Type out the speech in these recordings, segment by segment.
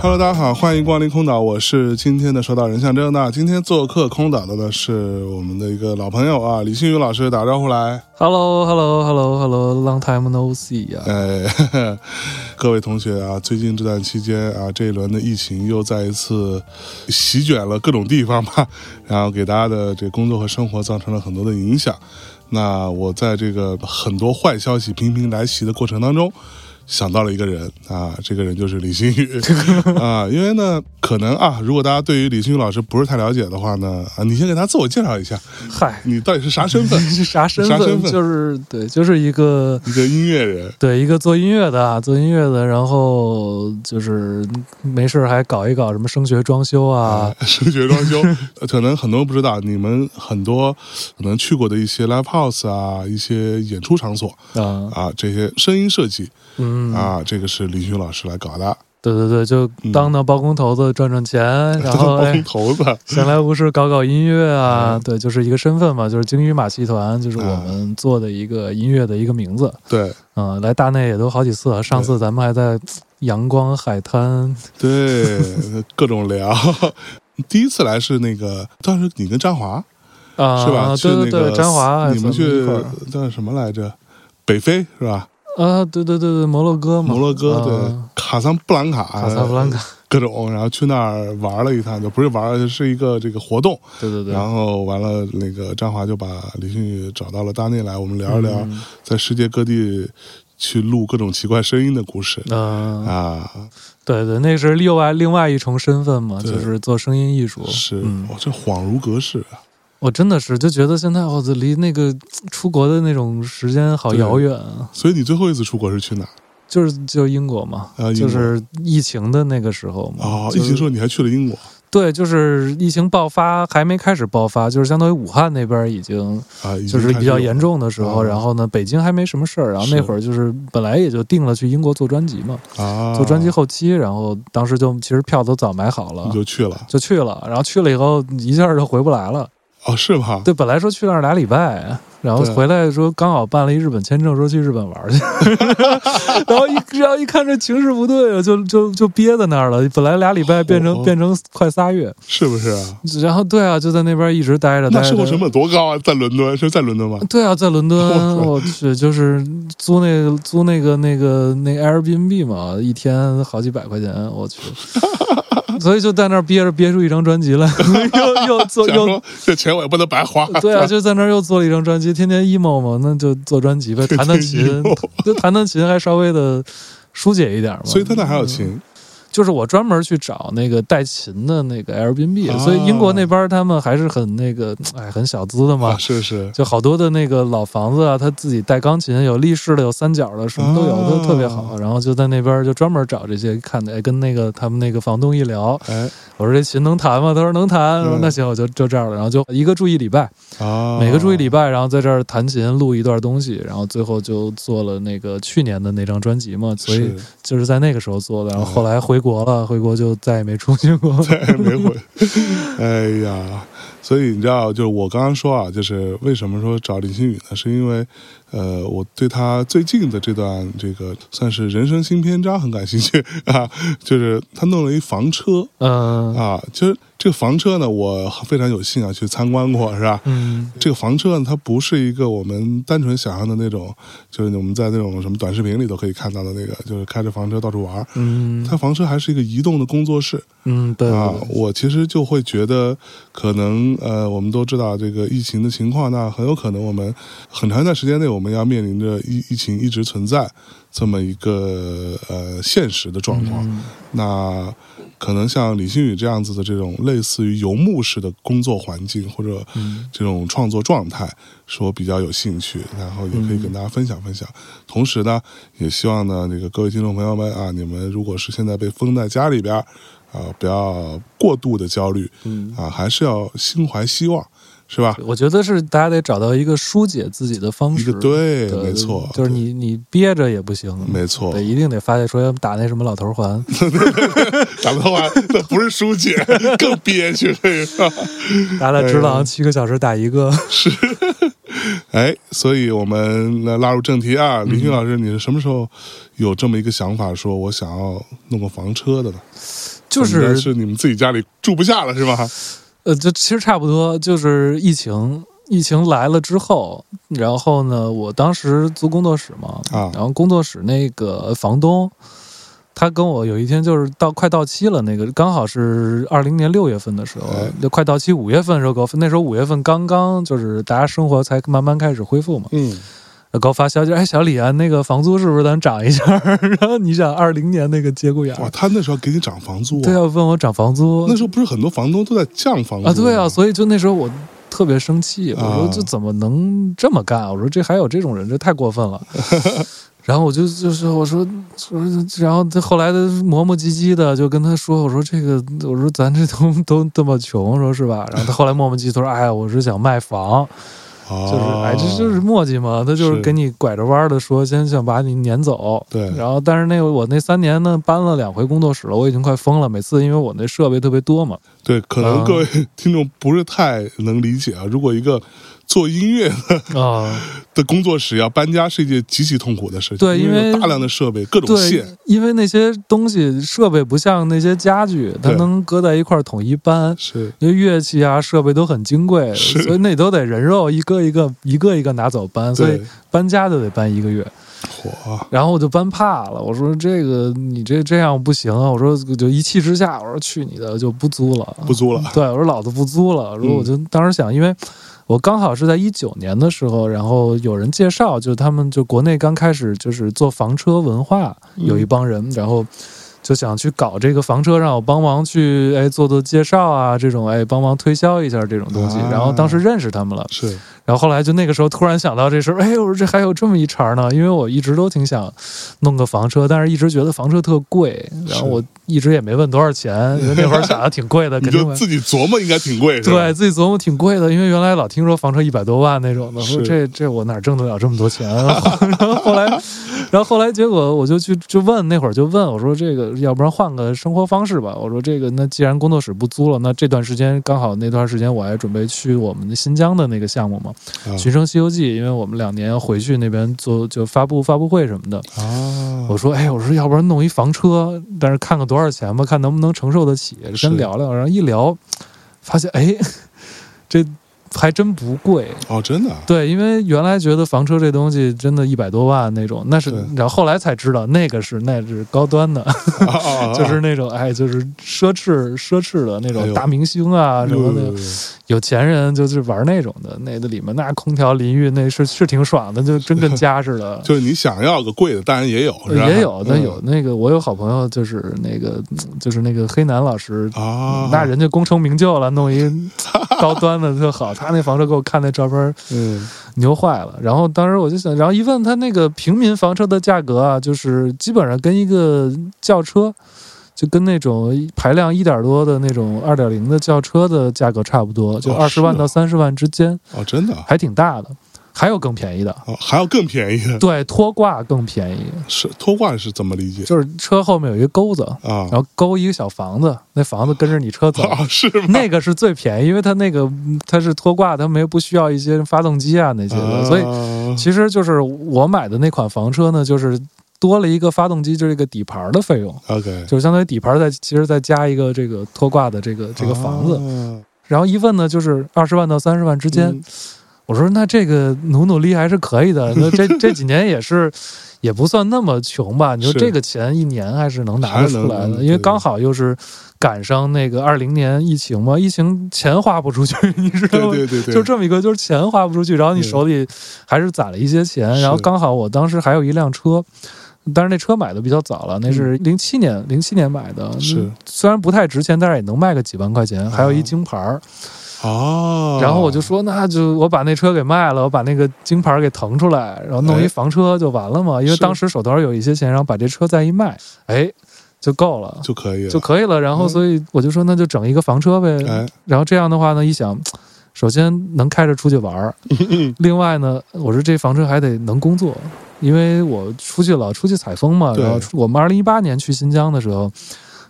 Hello，大家好，欢迎光临空岛，我是今天的守岛人像郑大。今天做客空岛的呢是我们的一个老朋友啊，李新宇老师，打招呼来。 Hello，Hello，Hello，Hello，Long time no see 啊！哎，呵呵 各位同学啊，最近这段期间啊，这一轮的疫情又再一次席卷了各种地方吧，然后给大家的这工作和生活造成了很多的影响。那我在这个很多坏消息频频来袭的过程当中，想到了一个人啊，这个人就是李 新宇啊。因为呢，可能啊，如果大家对于李新宇老师不是太了解的话呢，啊，你先给大家自我介绍一下，嗨，？你到底是啥身份是啥身啥身份就是对，就是一个一个音乐人。对一个做音乐的啊，做音乐的，然后就是没事儿还搞一搞什么声学装修啊， 升学装修，呃可能很多人不知道，你们很多可能去过的一些 live house 啊，一些演出场所啊，啊，这些声音设计嗯，啊，这个是李迅老师来搞的，对对对，就当当包工头子赚赚钱， 然后包工，哎哎头子，闲来无事搞搞音乐啊，对，就是一个身份嘛，就是鲸鱼马戏团，就是我哎们做的一个音乐的一个名字。对嗯，来大内也都好几次了，上次咱们还在阳光海滩，对，各种聊。 第一次来是那个，当时你跟张华啊，是吧？去对对那个对，张华，你们去咱一块儿那什么来着？北非是吧？啊，对对对对，摩洛哥嘛，摩洛哥对哎啊，卡桑布兰卡，卡萨布兰卡，各种，然后去那儿玩了一趟，就不是玩了，是一个这个活动。对对对，然后完了，那个张华就把李迅宇找到了大内来，我们聊一聊嗯在世界各地去录各种奇怪声音的故事、嗯、啊。对对，那是另外另外一重身份嘛，对就是做声音艺术。是，嗯哦、这恍如隔世啊！我真的是就觉得现在我这离那个出国的那种时间好对遥远啊，所以你最后一次出国是去哪儿？就是就英国嘛，啊英国就是疫情的那个时候嘛。哦，就疫是情时候你还去了英国对，就是疫情爆发还没开始爆发，就是相当于武汉那边已经啊？已经就是开始比较有严重的时候，嗯然后呢，北京还没什么事儿，然后是那会儿就是本来也就定了去英国做专辑嘛，啊，做专啊辑后期，然后当时就其实票都早买好了你。就去了就去了，然后去了以后一下就回不来了。哦，是吗？对，本来说去那儿俩礼拜，然后对回来说刚好办了一日本签证，说去日本玩儿去。 然后一然后一看这情势不对啊，就就就憋在那儿了。本来俩礼拜变成、哦变成快仨月，是不是啊？然后对啊，就在那边一直待着。那待着生活成本多高啊？在伦敦是在伦敦吗？对啊，在伦敦，我我去，就是租那个租那个那个那个 Airbnb 嘛，一天好几百块钱，我去，所以就在那儿憋着憋出一张专辑来， 又又做想又说这钱我也不能白花。对 啊，就在那儿又做了一张专辑，天天 emo 嘛，那就做专辑呗，弹弹琴，就弹弹琴还稍微的疏解一点嘛。所以他那还嗯有琴，就是我专门去找那个带琴的那个 Airbnb，、啊所以英国那边他们还是很那个，哎，很小资的嘛。啊，是是，就好多的那个老房子啊，他自己带钢琴，有立式的，有三角的，什么都有，啊都特别好。然后就在那边儿就专门找这些看的，哎跟那个他们那个房东一聊，哎我说这琴能弹吗？他说能弹。我嗯说那行，我就就这样了。然后就一个住一礼拜，啊，每个住一礼拜，然后在这儿弹琴录一段东西，然后最后就做了那个去年的那张专辑嘛，所以是就是在那个时候做的。然后后来回国了，回国就再也没出 去过。对，没回。哎呀，所以你知道，就是我刚刚说啊，就是为什么说找林心宇呢？是因为，呃，我对他最近的这段这个算是人生新篇章很感兴趣 啊，就是他弄了一房车嗯啊，就是这个房车呢，我非常有幸啊去参观过，是吧？嗯这个房车呢，它不是一个我们单纯想象的那种，就是我们在那种什么短视频里都可以看到的那个，就是开着房车到处玩儿。嗯它房车还是一个移动的工作室，嗯，对啊对，对，我其实就会觉得，可能呃，我们都知道这个疫情的情况，那很有可能我们很长一段时间内，我们要面临着疫疫情一直存在这么一个呃现实的状况。嗯那可能像李新宇这样子的这种类似于游牧式的工作环境或者嗯这种创作状态，是我比较有兴趣，然后也嗯可以跟大家分享分享。同时呢，也希望呢，那个各位听众朋友们啊，你们如果是现在被封在家里边儿啊、不要过度的焦虑，嗯啊，还是要心怀希望，是吧？我觉得是大家得找到一个疏解自己的方一式个。对，对没错，就是你你憋着也不行，没错，对，一定得发泄出来，打那什么老头 环。打不完，那不是疏解， 更憋屈这个。打打只狼七个小时打 一个，哎，所以我们来拉入正题嗯啊，林俊老师，你是什么时候有这么一个想法，说我想要弄个房车的呢？就应该是是你们自己家里住不下了是吧？呃，就其实差不多，就是疫情，疫情来了之后，然后呢，我当时租工作室嘛，啊然后工作室那个房东，他跟我有一天就是到快到期了，那个刚好是二零年六月份的时候哎，就快到期五月份的时候给我分，那时候五月份刚刚就是大家生活才慢慢开始恢复嘛，嗯，给我发消息，哎，小李啊，那个房租是不是咱涨一下？ 然后你想二零年那个节骨眼儿，哇，他那时候给你涨房租、对，啊，问我涨房租，那时候不是很多房东都在降房租啊，对啊，吗所以就那时候我特别生气，我啊说这怎么能这么干？我说这还有这种人，这太过 分了。然后我就就是我说，说然后他后来他磨磨唧唧的就跟他说，我说这个，我说咱这都都这么穷，说是吧？然后他后来磨磨唧唧地说，哎呀，我是想卖房，就是哦哎，这就是墨迹嘛，他就是是给你拐着弯的说，先想把你撵走。对然后但是那个我那三年呢，搬了两回工作室了，我已经快疯了。每次因为我那设备特别多嘛，对，可能啊各位听众不是太能理解啊。如果一个做音乐的啊、 的工作室要搬家，是一件极其痛苦的事情，对因因为有大量的设备、各种对线，，因为那些东西设备不像那些家具，它对能搁在一块儿统一搬。是因为乐器啊设备都很金贵，是所以那都得人肉一个一个一个一个拿走搬，所以对搬家就得搬一个月。火，啊然后我就搬怕了，我说这个你这这样不行啊，我说就一气之下，我说去你的就不租了，不租了，对，我说老子不租了。如果我就嗯当时想，因为我刚好是在一九年的时候，然后有人介绍，就他们就国内刚开始就是做房车文化，嗯有一帮人，然后就想去搞这个房车，让我帮忙去哎做做介绍啊，这种哎帮忙推销一下这种东西。啊然后当时认识他们了，是然后后来就那个时候突然想到这事儿，哎，我说这还有这么一茬儿呢，因为我一直都挺想弄个房车，但是一直觉得房车特贵，然是后我一直也没问多少钱，因为那会儿想的挺贵 的，你呃肯定就会。自己琢磨，应该挺贵，是吧对？自己琢磨挺贵的，因为原来老听说房车一百多万那种的，我说是这这我哪挣得了这么多钱啊？ 然后后来，然后后来结果我就去就问那会儿就问我说这个要不然换个生活方式吧？我说这个那既然工作室不租了，那这段时间刚好那段时间我还准备去我们的新疆的那个项目嘛，啊《寻声西游记》，因为我们两年要回去那边做就发布发布会什么的。啊，我说，哎，我说要不然弄一房车，但是看看多少钱吧，看能不能承受得起，是先聊聊。然后一聊，发现哎，这还真不贵。哦，真的啊，对，因为原来觉得房车这东西真的一百多万那种，那是对然后后来才知道那个是那是高端的，啊啊啊 就是那种哎，就是奢侈奢侈的那哎种呦大明星啊什么的。呃。有钱人就是玩那种的，那个里面那空调淋浴那是是挺爽的，就真跟家似的就是你想要个贵的，当然也有，是吧也有，但有嗯那个，我有好朋友，就是那个，嗯就是那个黑楠老师，啊，那人家功成名就了，弄一高端的特好。他那房车给我看那照片，嗯牛坏了。然后当时我就想，然后一问他那个平民房车的价格啊，就是基本上跟一个轿车，就跟那种排量一点多的那种二点零的轿车的价格差不多，就哦二十万是啊到三十万之间。哦，真的啊，还挺大的，还有更便宜的。哦，还有更便宜的，对，拖挂更便宜，是拖挂是怎么理解就是哦车后面有一个钩子，啊？然后勾一个小房子，那房子跟着你车 走。啊，是吗？那个是最便宜，因为它那个嗯它是拖挂，它没不需要一些发动机啊那些的，所以以其实就是我买的那款房车呢，就是多了一个发动机，就是一个底盘的费用， OK 就是相当于底盘再其实再加一个这个拖挂的这个这个房子，子然后一问呢就是二十万到三十万之间，嗯我说那这个努努力还是可以的，那这这几年也是，也不算那么穷吧？你说是这个钱一年还是能拿得出来还是的，能因对为刚好又是赶上那个二零年疫情嘛，疫情钱花不出去，你知道对吗？对对对，就这么一个，就是钱花不出去，然后你对手里还是攒了一些钱，是然后刚好我当时还有一辆车，当然那车买的比较早了，那是零七年零七年买的，嗯是啊虽然不太值钱，但是也能卖个几万块钱，还有一金牌儿。哦，然后我就说，那就我把那车给卖了，我把那个金牌给腾出来，然后弄哎一房车就完了嘛。因为是当时手头有一些钱，然后把这车再一卖，哎，就够了，就可以了，就可以了。然后嗯所以我就说，那就整一个房车呗。哎，然后这样的话呢，一想，首先能开着出去玩 儿，另外呢，我说这房车还得能工作，因为我出去老出去采风嘛。对然后出我们二零一八年去新疆的时候，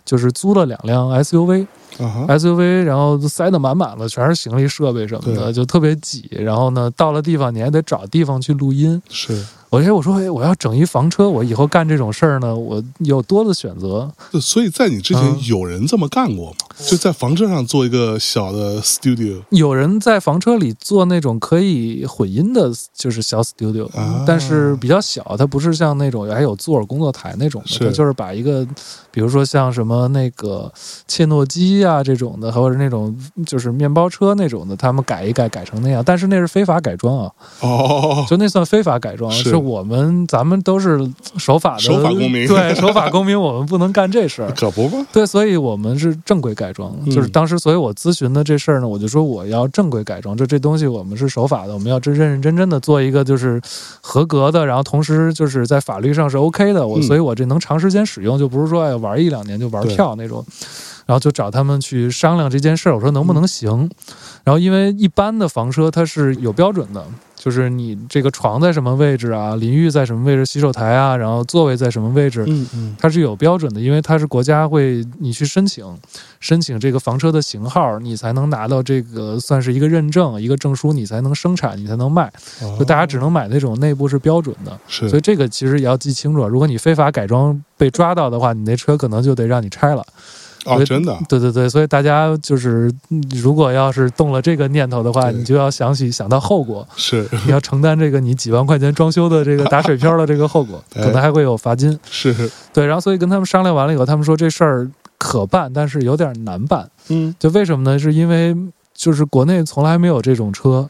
就是租了两辆 SUV。啊哎哈， SUV，然后塞得满满的，全是行李设备什么的，对就特别挤。然后呢，到了地方你还得找地方去录音。是，我哎，我说哎，我要整一房车，我以后干这种事儿呢，我有多的选择。所以在你之嗯前有人这么干过吗？就在房车上做一个小的 studio 有人在房车里做那种可以混音的，就是小 studio，、啊但是比较小，它不是像那种还哎有座儿工作台那种的，是它就是把一个，比如说像什么那个切诺基啊这种的，或者那种就是面包车那种的，他们改一改改成那样，但是那是非法改装啊，哦，就那算非法改装，是是我们咱们都是守法的守法公民对守法公民，我们不能干这事儿。可不吗？对，所以我们是正规改装，嗯就是当时，所以我咨询的这事儿呢，我就说我要正规改装，就这东西我们是守法的，我们要真认认真真的做一个就是合格的，然后同时就是在法律上是 OK 的，我、嗯所以我这能长时间使用，就不是说哎玩一两年就玩对票那种，然后就找他们去商量这件事儿，我说能不嗯能行，然后因为一般的房车它是有标准的。就是你这个床在什么位置啊，淋浴在什么位置，洗手台啊，然后座位在什么位置，嗯嗯，它是有标准的，因为它是国家会你去申请，申请这个房车的型号，你才能拿到这个算是一个认证、一个证书，你才能生产，你才能卖。就大家只能买那种内部是标准的，哦是嗯所以这个其实也要记清楚。如果你非法改装被抓到的话，你那车可能就得让你拆了。哦，真的对对对，所以大家就是嗯如果要是动了这个念头的话，对你就要想起想到后果，是你要承担这个你几万块钱装修的这个打水漂的这个后果，哎可能还会有罚金。是，对，然后所以跟他们商量完了以后，他们说这事儿可办，但是有点难办。嗯就为什么呢？是因为就是国内从来没有这种车，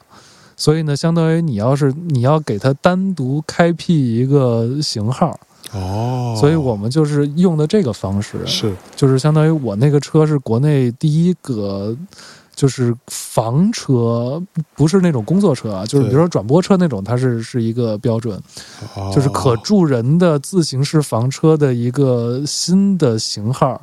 所以呢，相当于你要是你要给它单独开辟一个型号，哦，所以我们就是用的这个方式，是就是相当于我那个车是国内第一个。就是房车，不是那种工作车啊，就是比如说转播车那种，它是是一个标准。哦就是可住人的自行式房车的一个新的型号，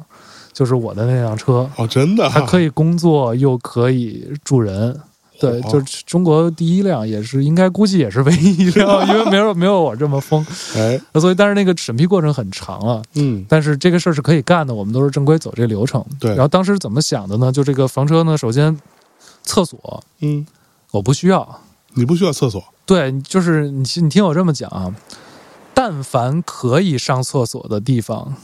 就是我的那辆车，哦，真的它可以以工作又可以住人。对，哇就是中国第一辆，也是应该估计也是唯一一 辆，因为没有没有我这么疯，哎，所以但是那个审批过程很长啊。嗯但是这个事儿是可以干的，我们都是正规走这流程。对然后当时怎么想的呢？就这个房车呢，首先厕所嗯，我不需要，你不需要厕所，对，就是你你听我这么讲啊，但凡可以上厕所的地方，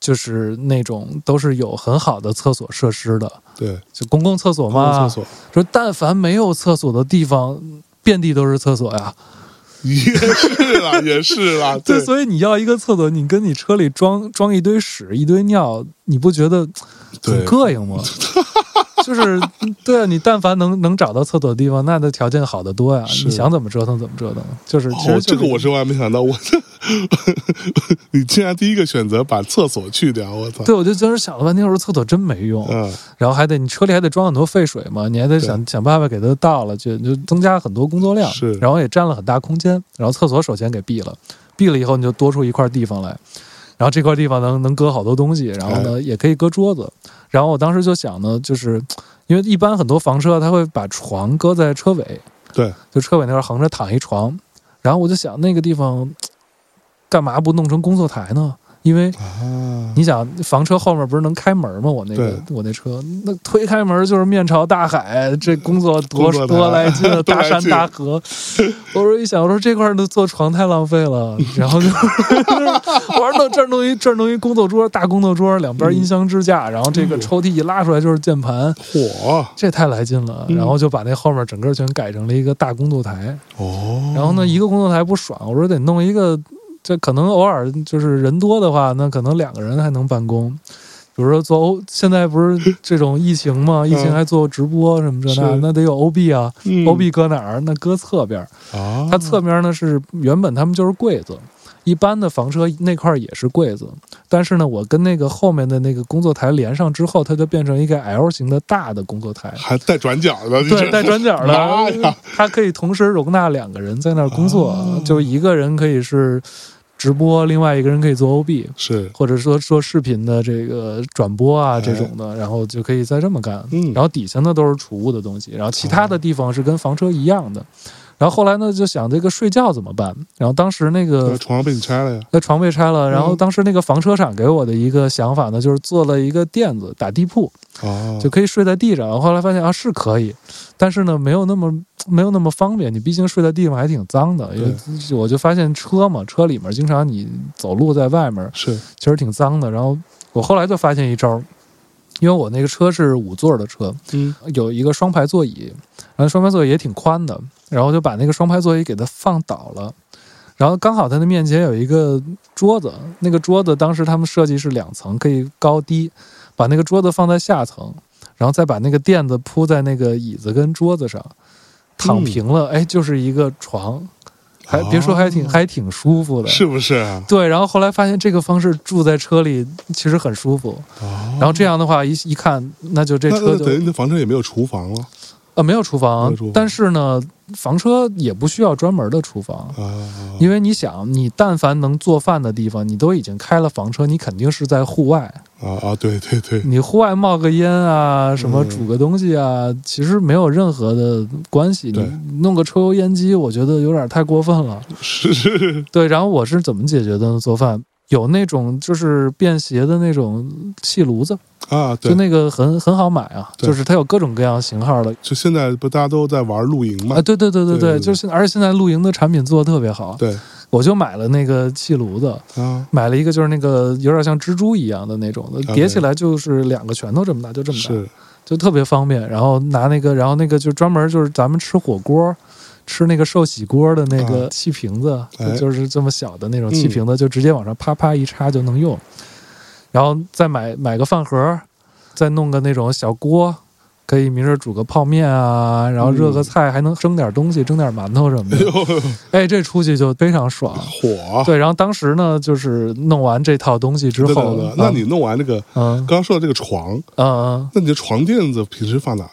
就是那种都是有很好的厕所设施的，对，就公共厕所公共嘛。厕所 说但凡没有厕所的地方，遍地都是厕所呀。也是 啦，也是啦，对，所以你要一个厕所，你跟你车里装装一堆屎、一堆尿，你不觉得很对膈 应吗？就是对啊，你但凡能能找到厕所的地方，那的条件好得多呀。是你想怎么折腾怎么折腾，就是其实、哦，这个我是万万没想到，我你竟然第一个选择把厕所去掉，我操！对，我就当时想了半天，我说厕所真没用，嗯，然后还得你车里还得装很多废水嘛，你还得对想想办法给它倒了，就就增加很多工作量是，然后也占了很大空间。然后厕所首先给闭了，闭了以后你就多出一块地方来，然后这块地方能能搁好多东西，然后哎呢也可以搁桌子。然后我当时就想呢，就是因为一般很多房车它会把床搁在车尾，对，就车尾那块横着躺一床，然后我就想那个地方干嘛不弄成工作台呢？因为啊，你想，房车后面不是能开门吗？我那个我那车，那推开门就是面朝大海，这工作工多作台多来 劲啊，多大来劲山大河。我说一想，我说这块儿的做床太浪费了，然后就 我说弄这儿弄一这儿弄一工作桌，大工作桌，两边音嗯箱支架，然后这个抽屉一拉出来就是键盘，火这太来劲了。嗯然后就把那后面整个全改成了一个大工作台。哦，然后呢，一个工作台不爽，我说得弄一个，这可能偶尔就是人多的话，那可能两个人还能办公。比如说做 O，现在不是这种疫情嘛，疫情还做直播什么这那，嗯是那得有 OB 啊嗯，OB 搁哪儿？那搁侧边儿，啊，它侧面呢是原本他们就是柜子。一般的房车那块儿也是柜子，但是呢，我跟那个后面的那个工作台连上之后，它就变成一个 L 型的大的工作台，还带转角的，你 对，这带转 角妈的哎呀，它可以同时容纳两个人在那儿工作，哦就一个人可以是直播，另外一个人可以做 OB，是，或者说做视频的这个转播啊这种的，然后就可以再这么干。哎嗯然后底下呢都是储物的东西，然后其他的地方是跟房车一样的。然后后来呢就想这个睡觉怎么办？然后当时那那个床被你拆了呀？那床被拆了，然后呃嗯当时那个房车厂给我的一个想法呢，就是做了一个垫子打地铺，哦，就可以睡在地上。后来发现啊是可以，但是呢没有那么没有那么方便，你毕竟睡在地上还挺脏的。因为我就发现车嘛，车里面经常你走路在外面，是其实挺脏的。然后我后来就发现一招儿，因为我那个车是五座的车，嗯，有一个双排座椅，然后双排座椅也挺宽的，然后就把那个双排座椅给它放倒了。然后刚好它的面前有一个桌子，那个桌子当时他们设计是两层，可以高低，把那个桌子放在下层，然后再把那个垫子铺在那个椅子跟桌子上，躺嗯平了，哎，就是一个床，还别说哦还挺还挺舒服的，是不是啊？对，然后后来发现这个方式住在车里其实很舒服，哦，然后这样的话一一看，那就这那车那等于就你的房车也没有厨房了呃没有厨没房有厨房，但是呢，房车也不需要专门的厨房。啊？因为你想，你但凡能做饭的地方，你都已经开了房车，你肯定是在 户外。啊啊，对对对，你户外冒个烟啊，什么嗯煮个东西啊，其实没有任何的关系。对你弄个抽油烟机，我觉得有点太过分了。 是是是，对，然后我是怎么解决的呢？做饭有那种就是便携的那种气炉子，啊，就对，那个很很好买啊，对就是它有各种各样型号的就现在不大家都在玩露营嘛啊，？对对对对对对对就是现在而且现在露营的产品做的特别好，对我就买了那个气炉子，啊，买了一个就是那个有点像蜘蛛一样的那种的，叠起来就是两个拳头这么大，就这么大，是就特别方便。然后拿那个，然后那个就专门就是咱们吃火锅。吃那个寿喜锅的那个气瓶子，啊哎就是这么小的那种嗯气瓶子，就直接往上啪啪一插就能用。然后再买买个饭盒，再弄个那种小锅，可以明儿煮个泡面啊，然后热个嗯菜，还能蒸点东西，蒸点馒头什么的。哎，这出去就非常爽。火。对，然后当时呢，就是弄完这套东西之对对后对，，啊那你弄完这个，嗯刚刚说到这个床，嗯嗯那你的床垫子平时放哪？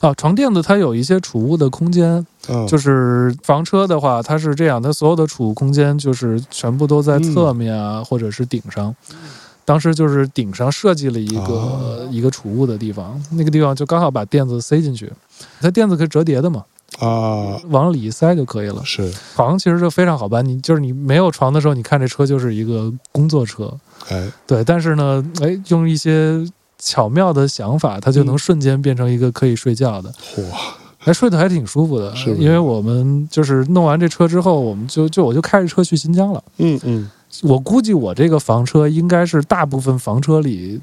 啊，床垫子它有一些储物的空间，嗯，就是房车的话，它是这样，它所有的储物空间就是全部都在侧面啊，或者是顶上。当时就是顶上设计了一个、嗯哦一个储物的地方，那个地方就刚好把垫子塞进去，它垫子可以折叠的嘛，啊，往里一塞就可以了。是，床其实就非常好搬，你就是你没有床的时候，你看这车就是一个工作车，哎，对，但是呢，哎，用一些巧妙的想法，它就能嗯瞬间变成一个可以睡觉的，火，还、哎睡得还挺舒服的。是因为我们就是弄完这车之后，我们就就我就开着车去新疆了。嗯嗯，我估计我这个房车应该是大部分房车里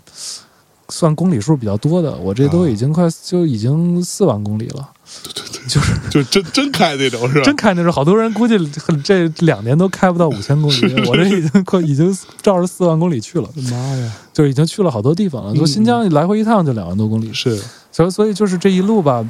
算公里数比较多的，我这都啊已经快就已经四万公里了。就真真开那种是吧？真开那时候，好多人估计这两年都开不到五千公里，我这已经快已经照着四万公里去了，妈呀，就是已经去了好多地方了。嗯从新疆来回一趟就两万多公里，是，所以所以就是这一路吧，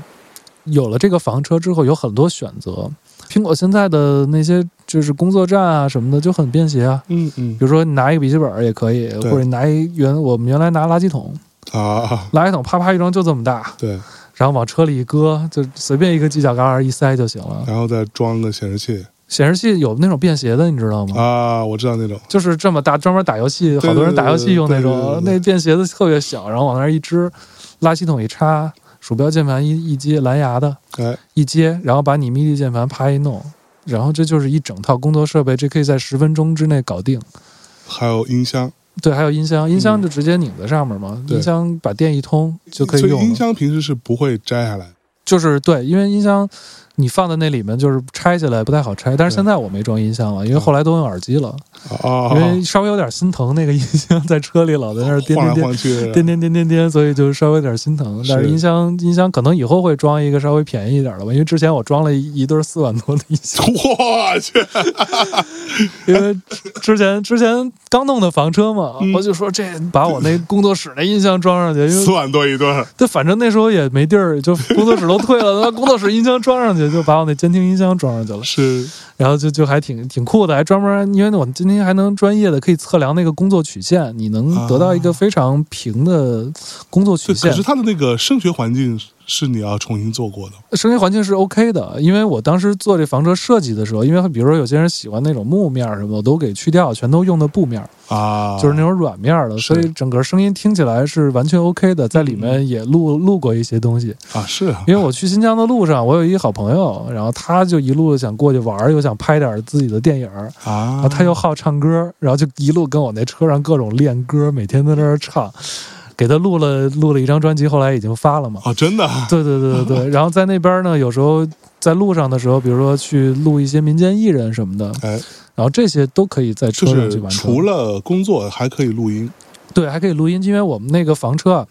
有了这个房车之后，有很多选择。苹果现在的那些就是工作站啊什么的就很便携啊，嗯嗯比，如说你拿一个笔记本儿也可以，或者你拿一原我们原来拿垃圾桶，啊，垃圾桶啪啪一装就这么大，对，然后往车里一搁，就随便一个犄角旮旯一塞就行了。然后再装个显示器显示器有那种便携的，你知道吗？啊，我知道那种，就是这么大，专门打游戏，对好多人打游戏用那种对对对，对那便携的特别小，然后往那儿一支，垃圾桶一插，鼠标键盘一一接，蓝牙的哎，一接，然后把你 MIDI 键盘啪一弄，然后这就是一整套工作设备，这可以在十分钟之内搞定。还有音箱，对，还有音箱，音箱嗯就直接拧在上面嘛，对音箱把电一通就可以所以用了。音箱平时是不会摘下来，就是对，因为音箱你放在那里面就是拆下来不太好拆，但对是现在我没装音箱了，因为啊后来都用耳机了，啊，因为稍微有点心疼那个音箱在车里老在那儿颠晃来颠颠。晃去，颠颠颠颠颠，所以就稍微有点心疼。但是是音箱音箱可能以后会装一个稍微便宜一点的吧，因为之前我装了一一对四万多的音箱， 我去，因为之之前之前刚弄的房车嘛，嗯我就说这把我那工作室那音箱装上去，因为四万多一顿，对，反正那时候也没地儿，就工作室都楼退了，他妈工作室音箱装上去，就把我那监听音箱装上去了。是然后就就还挺挺酷的，还专门因为我们今天还能专业的可以测量那个工作曲线，你能得到一个非常平的工作曲啊对，可线。是他的那个升学环境是你要重新做过的，声音环境是 OK 的，因为我当时做这房车设计的时候，因为比如说有些人喜欢那种木面儿什么的，我都给去掉，全都用的布面儿，啊，就是那种软面儿的，是嗯所以整个声音听起来是完全 OK 的，在里面也录录过一些东西。啊，是啊，因为我去新疆的路上，我有一个好朋友，然后他就一路想过去玩儿，又想拍点儿自己的电影儿，然啊后，他又好唱歌，然后就一路跟我那车上各种练歌，每天在那儿唱，给他录了录了一张专辑，后来已经发了嘛。哦，真的 啊对对对对 对，然后在那边呢，有时候在路上的时候，比如说去录一些民间艺人什么的，哎，然后这些都可以在就车上去是完成。除了工作还可以录音对，还可以录音，因为我们那个房车啊，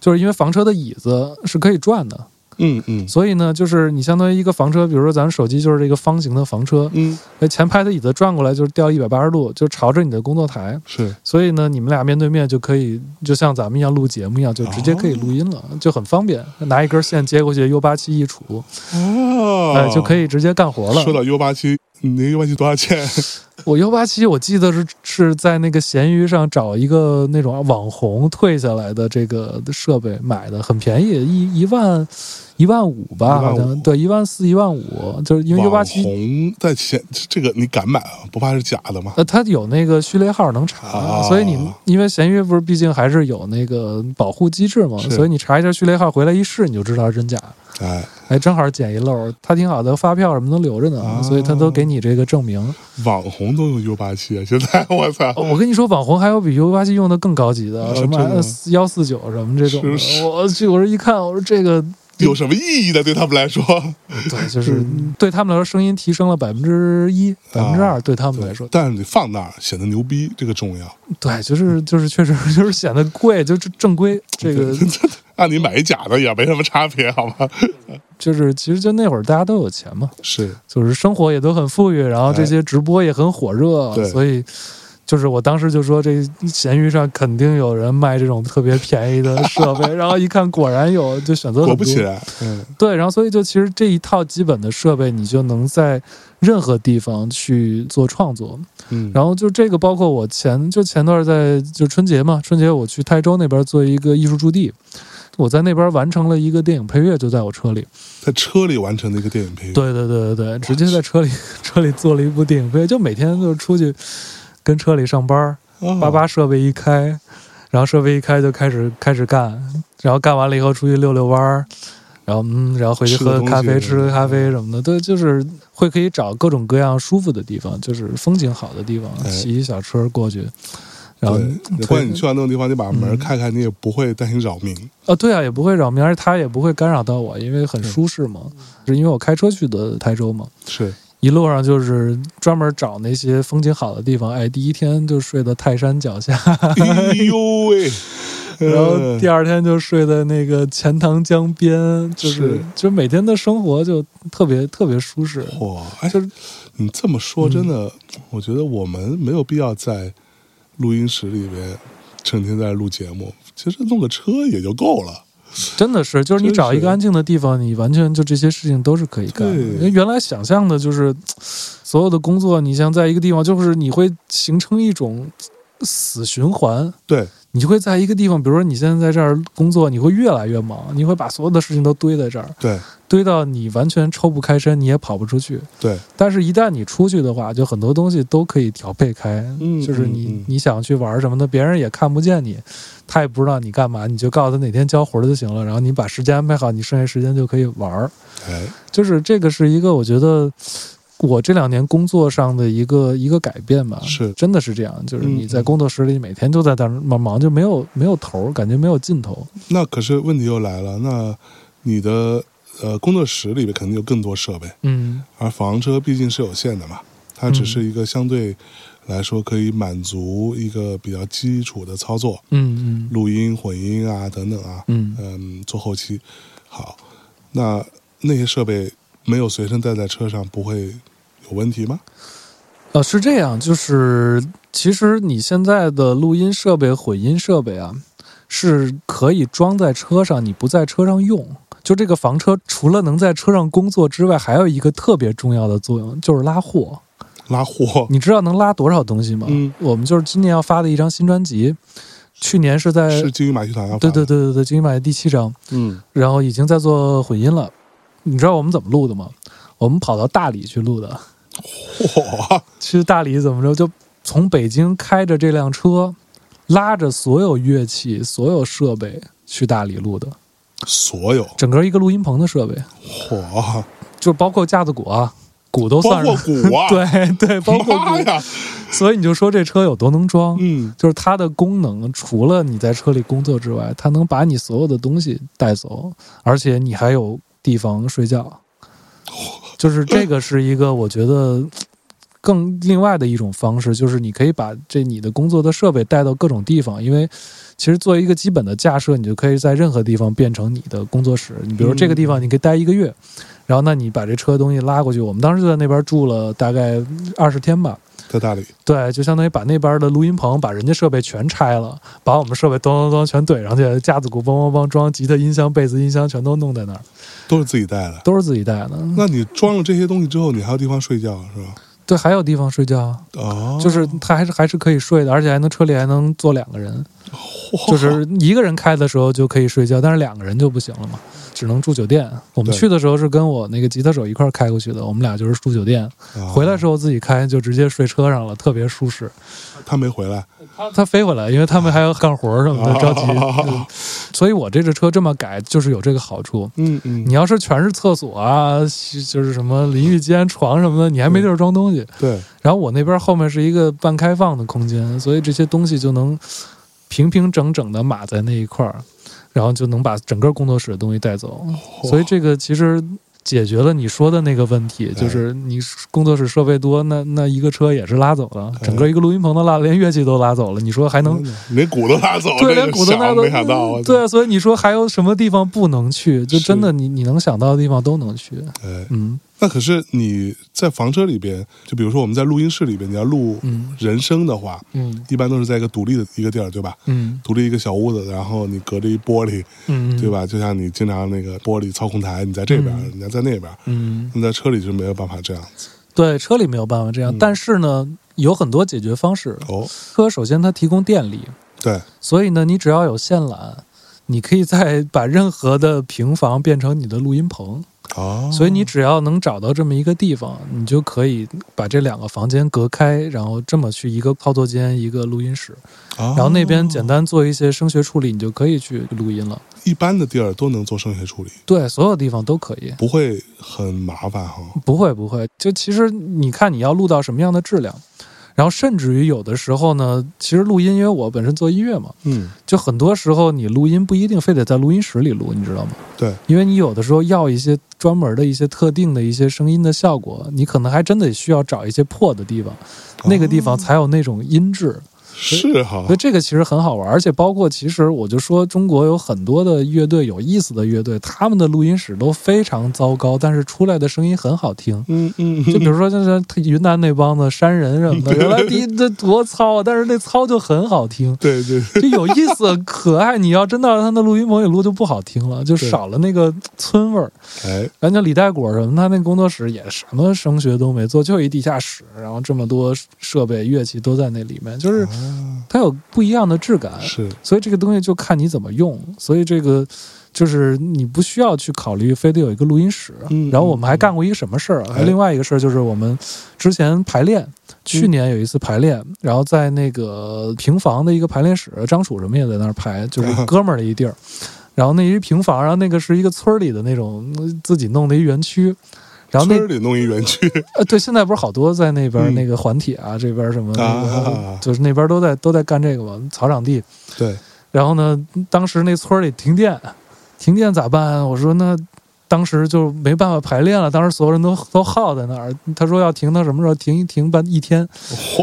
就是因为房车的椅子是可以转的，嗯嗯所以呢，就是你相当于一个房车，比如说咱们手机就是这个方形的房车，嗯，哎，前排的椅子转过来就是掉一百八十度，就朝着你的工作台。是所以呢，你们俩面对面就可以，就像咱们一样录节目一样，就直接可以录音了，就很方便。拿一根线接过去，U 八七一杵，哦，哎，就可以以直接干活了哦说。到 U 八七，你那 U 八七多少钱？ 我 U 八七，我记得是是在那个闲鱼上找一个那种网红退下来的这个设备买的，很便宜，一一万一万五吧，一万好五像对，一万四一万五，就是因为 U 八网七，红在前，这个你敢买啊？不怕是假的吗？呃，它有那个序列号能查，啊所以你因为闲鱼不是毕竟还是有那个保护机制嘛，是所以你查一下序列号回来一试，你就知道是真假。哎，哎，正好捡一漏，它挺好的，发票什么都留着呢，啊所以它都给你这个证明。网红都用 U 八七，啊现在我操，哦我跟你说，网红还有比 U 八七用的更高级的，啊什么真的吗幺四九什么这种是的。是我去，我这一看，我说这个，有什么意义呢？对他们来说，对，就是嗯对他们来说，声音提升了百分之一、啊百分之二，对他们来说，但是你放那儿显得牛逼，这个重要。对，就是就是确实 就是显得贵，就是正规。这个 按你买一假的也没什么差别，好吗？就是其实就那会儿大家都有钱嘛，是就是生活也都很富裕，然后这些直播也很火热，哎对所以就是我当时就说，这闲鱼上肯定有人卖这种特别便宜的设 备，然后一看果然有，就选择果很多。不其然，嗯，对，然后所以就其实这一套基本的设备，你就能在任何地方去做创作。嗯，然后就这个，包括我前就前段在就春节嘛，春节我去台州那边做一个艺术驻地，我在那边完成了一个电影配乐，就在我车里。在车里完成的一个电影配乐，对对对对对，直接在车里 车里做了一部电影配乐，就每天就出去跟车里上班儿，哦，叭叭设备一开，然后设备一开就开始开始干，然后干完了以后出去遛遛弯儿，然后嗯，然后回去吃个喝东咖啡，西吃个咖嗯啡什么的，对，就是会可以找各种各样舒服的地方，就是风景好的地方，哎骑一小车过去，然后对，推关键你去完那种地方，你把门嗯开开，你也不会担心扰民。啊，对啊，也不会扰民，而他也不会干扰到我，因为很对舒适嘛，是因为我开车去的台州嘛，是一路上就是专门找那些风景好的地方，哎，第一天就睡在泰山脚下，哎呦 喂，然后第二二天就睡在那个钱塘江边，就是是就每天的生活就特别特别舒适。哇，哎，你这么说真的，我觉得我们没有必要在录音室里边成天在录节目，其实弄个车也就够了。真的是，就是你真找一是个安静的地方，你完全就这些事情都是可以干的。对因为原来想象的就是所有的工作，你像在一个地方，就是你会形成一种死循环，对，你就会在一个地方，比如说你现在在这儿工作，你会越来越忙，你会把所有的事情都堆在这儿，对，堆到你完全抽不开身，你也跑不出去。对，但是，一旦你出去的话，就很多东西都可以调配开，嗯就是嗯你、嗯你想去玩什么的，别人也看不见你，他也不知道你干嘛，你就告诉他哪天交活儿就行了，然后你把时间安排好，你剩下时间就可以玩儿。哎，就是这个是一个我觉得我这两年工作上的一个一个改变吧，是真的是这样，就是嗯你在嗯工作室里每天都在那儿忙忙，就没有没有头儿，感觉没有尽头。那可是问题又来了，那你的呃工作室里边肯定有更多设备，嗯，而房车毕竟是有限的嘛，它只是一个相对来说可以满足一个比较基础的操作，嗯嗯录音、混音啊等等啊，嗯，嗯，做后期。好，那那些设备没有随身带在车上，不会有问题吗？呃，是这样，就是其实你现在的录音设备、混音设备啊，是可以装在车上，你不在车上用。就这个房车除了能在车上工作之外，还有一个特别重要的作用，就是拉货。拉货，你知道能拉多少东西吗？嗯我们就是今年要发的一张新专辑，去年是在是金鱼马戏团要发呃对对的，对对对，金鱼买的第七张，嗯然后已经在做混音了。你知道我们怎么录的吗？我们跑到大理去录的。嚯，去大理怎么着？就从北京开着这辆车，拉着所有乐器、所有设备去大理录的，所有整个一个录音棚的设备，嚯，就包括架子鼓啊，鼓都包算括上。鼓啊，， 对对，包括妈鼓。呀，所以你就说这车有多能装？嗯，就是它的功能，除了你在车里工作之外，它能把你所有的东西带走，而且你还有地方睡觉。就是这个是一个我觉得更另外的一种方式，就是你可以把这你的工作的设备带到各种地方，因为其实作为一个基本的架设，你就可以在任何地方变成你的工作室。你比如说这个地方你可以待一个月，然后那你把这车东西拉过去，我们当时就在那边住了大概二十天吧。在大理，对，就相当于把那边的录音棚，把人家设备全拆了，把我们设备咚咚咚全怼上去，架子鼓梆梆梆装，吉他音箱、贝斯音箱全都弄在那儿，都是自己带的。都是自己带的。那你装了这些东西之后，你还有地方睡觉是吧？对，还有地方睡觉，哦，就是他还是还是可以睡的，而且还能车里还能坐两个人，嚯就是一个人开的时候就可以睡觉，但是两个人就不行了嘛，只能住酒店。我们对去的时候是跟我那个吉他手一块儿开过去的，我们俩就是住酒店，啊回来时候自己开就直接睡车上了，特别舒适。他没回来，他飞回来，因为他们还要干活什么 的， 着急。啊嗯所以我这只车这么改就是有这个好处。嗯嗯你，要是全是厕所啊，洗就是什么淋浴间、床什么的，你还没地儿装东西。对，然后我那边后面是一个半开放的空间，所以这些东西就能平平整整的码在那一块儿，然后就能把整个工作室的东西带走。嚯所以这个其实解决了你说的那个问题，就是你工作室设备多，那那一个车也是拉走了，整个一个录音棚都拉，连乐器都拉走了。你说还能？真的连鼓都拉走，嗯对，这个连股都想拉走嗯没想到啊，对，所以你说还有什么地方不能去？就是真的你你能想到的地方都能去。哎，嗯那可是你在房车里边，就比如说我们在录音室里边，你要录嗯人声的话，嗯一般都是在一个独立的一个地儿，对吧？嗯独立一个小屋子，然后你隔着一玻璃，嗯，对？吧？就像你经常那个玻璃操控台，你在这边，嗯人家在那边，嗯，那在车里就没有办法这样子。对，车里没有办法这样，嗯但是呢，有很多解决方式。哦，车首先它提供电力，对，所以呢，你只要有线缆。你可以再把任何的平房变成你的录音棚，哦，所以你只要能找到这么一个地方，你就可以把这两个房间隔开，然后这么去一个操作间，一个录音室。哦，然然后那边简单做一些声学处理，你就可以去录音了。一般的地儿都能做声学处理，对，所有地方都可以。不会很麻烦哈。不会不会，就其实你看你要录到什么样的质量，然后甚至于有的时候呢，其实录音，因为我本身做音乐嘛，嗯，就很多时候你录音不一定非得在录音室里录，你知道吗？对，因为你有的时候要一些专门的一些特定的一些声音的效果，你可能还真得需要找一些破的地方，那个地方才有那种音质。是哈所以，这个其实很好玩，而且包括其实我就说，中国有很多的乐队有意思的乐队，他们的录音室都非常糟糕，但是出来的声音很好听。嗯嗯，就比如说，就是云南那帮子山人什么的，原来第一这多糙啊，但是那糙就很好 听，对对，就有意思可爱。你要真到他那录音棚里录就不好听了，就对少了那个村味儿。哎，然后像李代果什么，他那工作室也什么声学都没做，就一地下室，然后这么多设备乐器都在那里面，就是啊它有不一样的质感。是所以这个东西就看你怎么用。所以这个就是你不需要去考虑非得有一个录音室。嗯然后我们还干过一个什么事儿啊？还哎有另外一个事儿就是我们之前排练，去年有一次排练，然后在那个平房的一个排练室，张楚什么也在那儿排，就是哥们儿的一地 儿。然后那一平房，然后那个是一个村儿里的那种嗯自己弄的一园区，然后那村儿里弄一园区，呃，对，现在不是好多在那边儿嗯那个环铁啊，这边儿什么那个、啊就是那边儿都在都在干这个嘛，草场地。对，然后呢，当时那村儿里停电，停电咋办？我说那当时就没办法排练了，当时所有人都都耗在那儿。他说要停到什么时候？停一停半一天，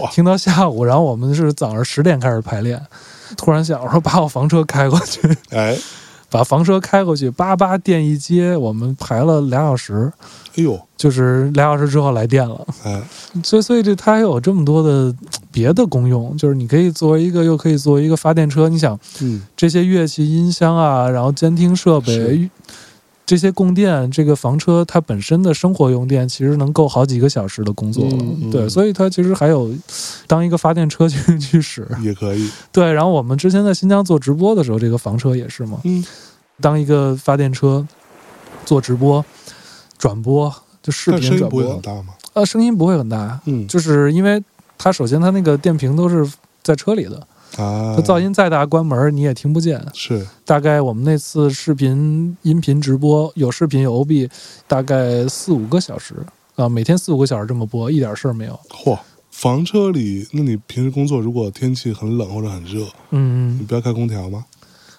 哇，停到下午。然后我们是早上十点开始排练，突然想我说把我房车开过去， 哎，把房车开过去，叭叭电一接，我们排了俩小时，哎呦，就是俩小时之后来电了。哎，所以，所以这它还有这么多的别的功用，就是你可以作为一个，又可以作为一个发电车。你想嗯，这些乐器、音箱啊，然后监听设是备，这些供电，这个房车它本身的生活用电其实能够好几个小时的工作了，嗯嗯对，所以它其实还有当一个发电车去去使， 也可以，对。然后我们之前在新疆做直播的时候，这个房车也是嘛，嗯，当一个发电车做直播、转播，就视但声频音转不会很播，大嘛，呃，声音不会很大，嗯就是因为它首先它那个电瓶都是在车里的，啊，它噪音再大，关门儿你也听不见。是大概我们那次视频、音频直播有视频有 OB，大概四五个小时啊、每天四五个小时这么播，一点事儿没有。嚯。房车里，那你平时工作如果天气很冷或者很热，你嗯，不要开空调吗？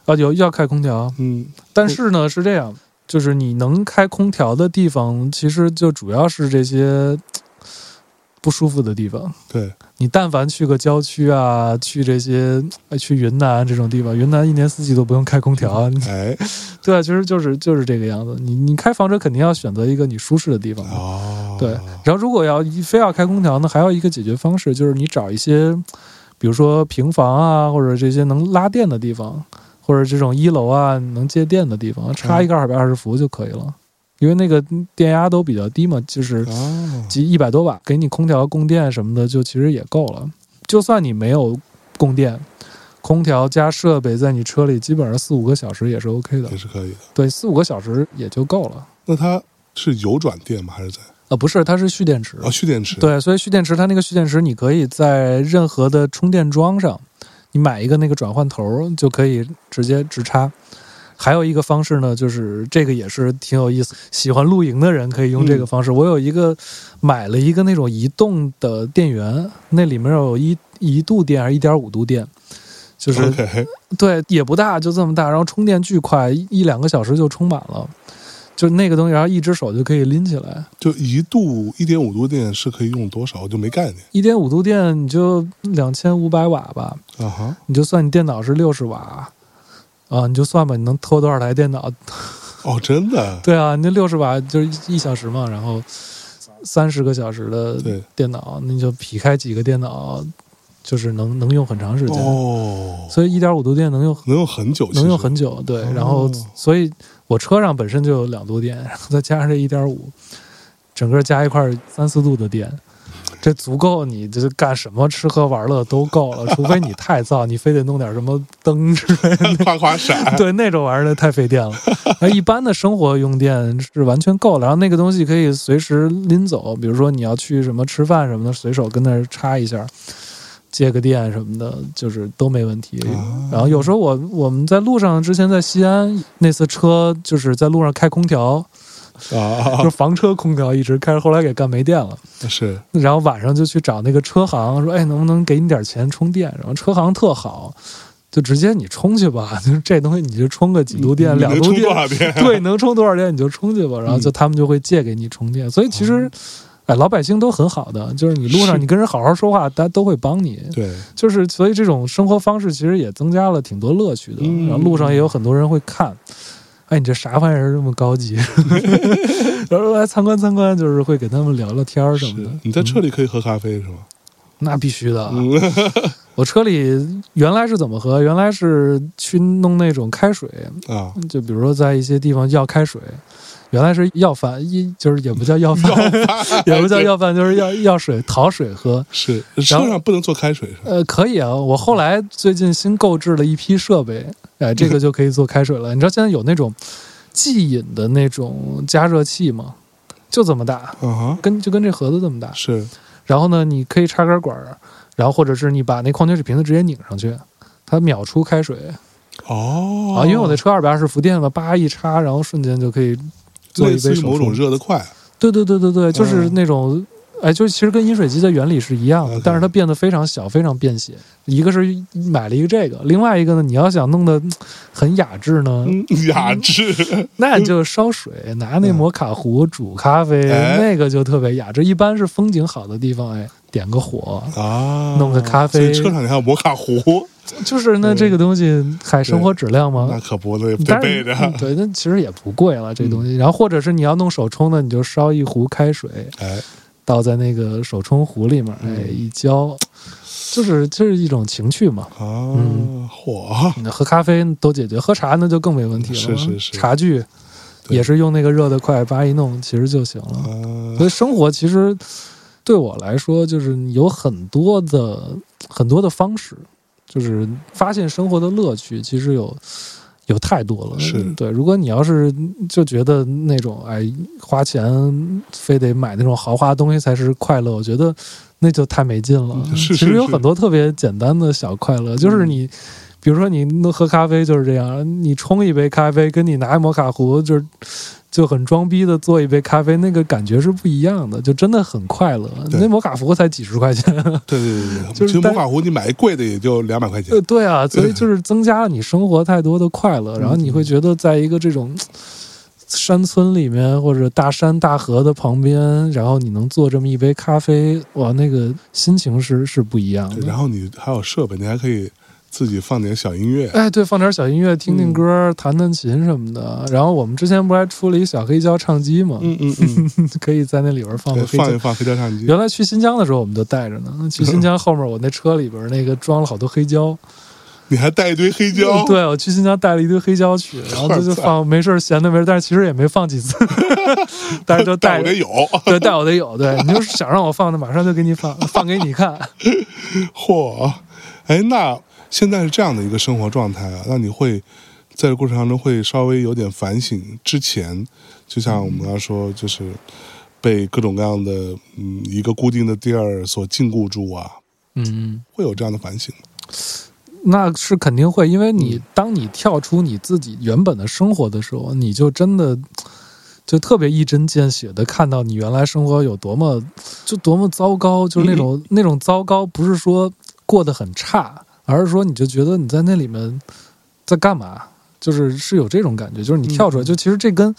啊，有要开空调，嗯，但是呢是这样，就是你能开空调的地方，其实就主要是这些嘖不舒服的地方。对，你但凡去个郊区啊，去这些哎去云南这种地方，云南一年四季都不用开空调 啊，你哎，对啊，其实就是就是这个样子。你你开房车肯定要选择一个你舒适的地方嘛。哦，对，然后如果要一非要开空调呢，还有一个解决方式就是你找一些，比如说平房啊，或者这些能拉电的地方，或者这种一楼啊能接电的地方，插一个二百二十伏就可以了，因为那个电压都比较低嘛，就是啊，即一百多瓦，给你空调供电什么的就其实也够了。就算你没有供电，空调加设备在你车里基本上四五个小时也是 OK 的也，是可以的。对，四五个小时也就够了。那它是有转电吗？还是怎样？啊，不是，它是蓄电池。哦，蓄电池。，对，所以蓄电池它那个蓄电池，你可以在任何的充电桩上，你买一个那个转换头儿就可以直接直插。还有一个方式呢，就是这个也是挺有意思，喜欢露营的人可以用这个嗯方式。我有一个买了一个那种移动的电源，那里面有一一度电还是一点五度电，就是 OK，对，也不大，就这么大，然后充电巨快，一一两个小时就充满了，就那个东西，然后一只手就可以拎起来。就一度一点五度电是可以用多少？我就没概念一点五度电你就两千五百瓦吧，啊哈。你就算你电脑是六十瓦，啊，你就算吧，你能拖多少台电脑？ 哦，真的？对啊，你那六十瓦就是一一小时嘛，然后三十个小时的对电脑，那你就劈开几个电脑，就是能能用很长时间。哦，所以一点五度电能用能用很久，能用其实很久，对哦。然后，所以我车上本身就有两度电， 然后再加上这一点五，整个加一块三四度的电，这足够你就是干什么吃喝玩乐都够了，除非你太燥，你非得弄点什么灯之类 的，夸夸 啊闪。对那种玩意儿太费电了。 而一般的生活用电是完全够了，然后那个东西可以随时拎走，比如说你要去什么吃饭什么的，随手跟那儿插一下。接个电什么的，就是都没问题。啊然后有时候我我们在路上，之前在西安那次车就是在路上开空调，就是啊，房车空调一直开，后来给干没电了。是然后晚上就去找那个车行，说哎能不能给你点钱充电？然后车行特好，就直接你充去吧， 就是这东西你就充个几度电、你两能度充电多，少 嗯电？对，能充多少电你就充去吧。然后就他们就会借给你充电，所以其实。哎，老百姓都很好的，就是你路哦是上你跟人好好说话，大家都会帮你。对，就是所以这种生活方式其实也增加了挺多乐趣的。嗯然后路上也有很多人会看，哎，你这啥玩意儿这么 高级？ 然后哎来参观参观，就是会给他们聊聊天儿什么的是。你在车里可以喝咖啡是吗？那必须的。嗯，我车里原来是怎么喝？原来是去弄那种开水，啊，就比如说在一些地方要开水。原来是要饭，一就是也不叫要饭， 也不叫要饭，就是要要水讨水喝。是车上不能做开水是吧？呃，可以啊，我后来最近新购置了一批设备，哎，这个就可以做开水了。你知道现在有那种即饮的那种加热器吗？就这么大，啊跟就跟这盒子这么大哈，。啊是然后呢，你可以插根管儿，然后或者是你把那矿泉水瓶子直接拧上去，它秒出开水哦啊。因为我那车二百二十伏电嘛，叭一插，然后瞬间就可以做一类杯似于手某种冲。热得快对对对对对，就是那种，哎，就是其实跟饮水机的原理是一样的 OK，但是它变得非常小，非常便携。一个是买了一个这个，另外一个呢，你要想弄得嗯很雅致呢，嗯雅 致那就烧水，拿那摩卡壶煮咖啡，哎那个就特别雅致。一般是风景好的地方，哎，点个火，啊，弄个咖啡所以车上你还有摩卡壶，就是那嗯这个东西，嗨，生活质 量那嘛。可不，那也当得备然着。嗯嗯对，那其实也不贵了，这东西。然后或者是你要弄手冲的，你就烧一壶开水，哎，倒在那个手冲壶里面，嗯哎，一浇，就是就是一种情趣嘛。啊，嗯嚯！ 你喝咖啡都解决，喝茶那就更没问题了。是是是茶具对也是用那个热得快，叭一弄其实就行了。嗯所以生活其实对我来说，就是有很多的很多的方式，就是发现生活的乐趣，其实有。有太多了，是对。如果你要是就觉得那种哎花钱非得买那种豪华东西才是快乐，我觉得那就太没劲了。是其是实有是很多特别简单的小快乐，嗯就是你，比如说你弄喝咖啡就是这样，你冲一杯咖啡，跟你拿一摩卡壶就是就很装逼的做一杯咖啡，那个感觉是不一样的，就真的很快乐。对那摩卡壶才几十块钱， 对啊对对 对，就是其实摩但卡壶你买一贵的也就两百块钱呃，，对啊，所以就是增加了你生活太多的快嗯乐，然后你会觉得在一个这种山村里面或者大山大河的旁边，然后你能做这么一杯咖啡，哇，那个心情是是不一样对的。然后你还有设备，你还可以自己放点小音乐，哎，对，放点小音乐，嗯听听歌，弹弹琴什么的。然后我们之前不是还出了一小黑胶唱机嘛，嗯嗯嗯， 可以在那里边放对个黑胶放一。放黑胶唱机，原来去新疆的时候，我们就带着呢。去新疆后面，我那车里边那个装了好多黑胶。嗯你还带一堆 黑胶，对，我去新疆带了一堆黑 胶去，然后这就放，没事儿闲的没事儿，但是其实也没放几次，但是就但我带着这。有， 对，带我得有。对，你就是想让我放的，马上就给你放，放给 你看。嚯，哎，那现在是这样的一个生活状态啊，那你会在这过程当中会稍微有点反省。之前，就像我们刚才说，就是被各种各样的嗯一个固定的地儿所禁锢住啊，嗯，会有这样的反省吗。那是肯定会，因为你当你跳出你自己原本的生活的时候，你就真的就特别一针见血的看到你原来生活有多么就多么糟糕，就是那种、那种糟糕，不是说过得很差，而是说你就觉得你在那里面在干嘛，就是是有这种感觉，就是你跳出来，就其实这跟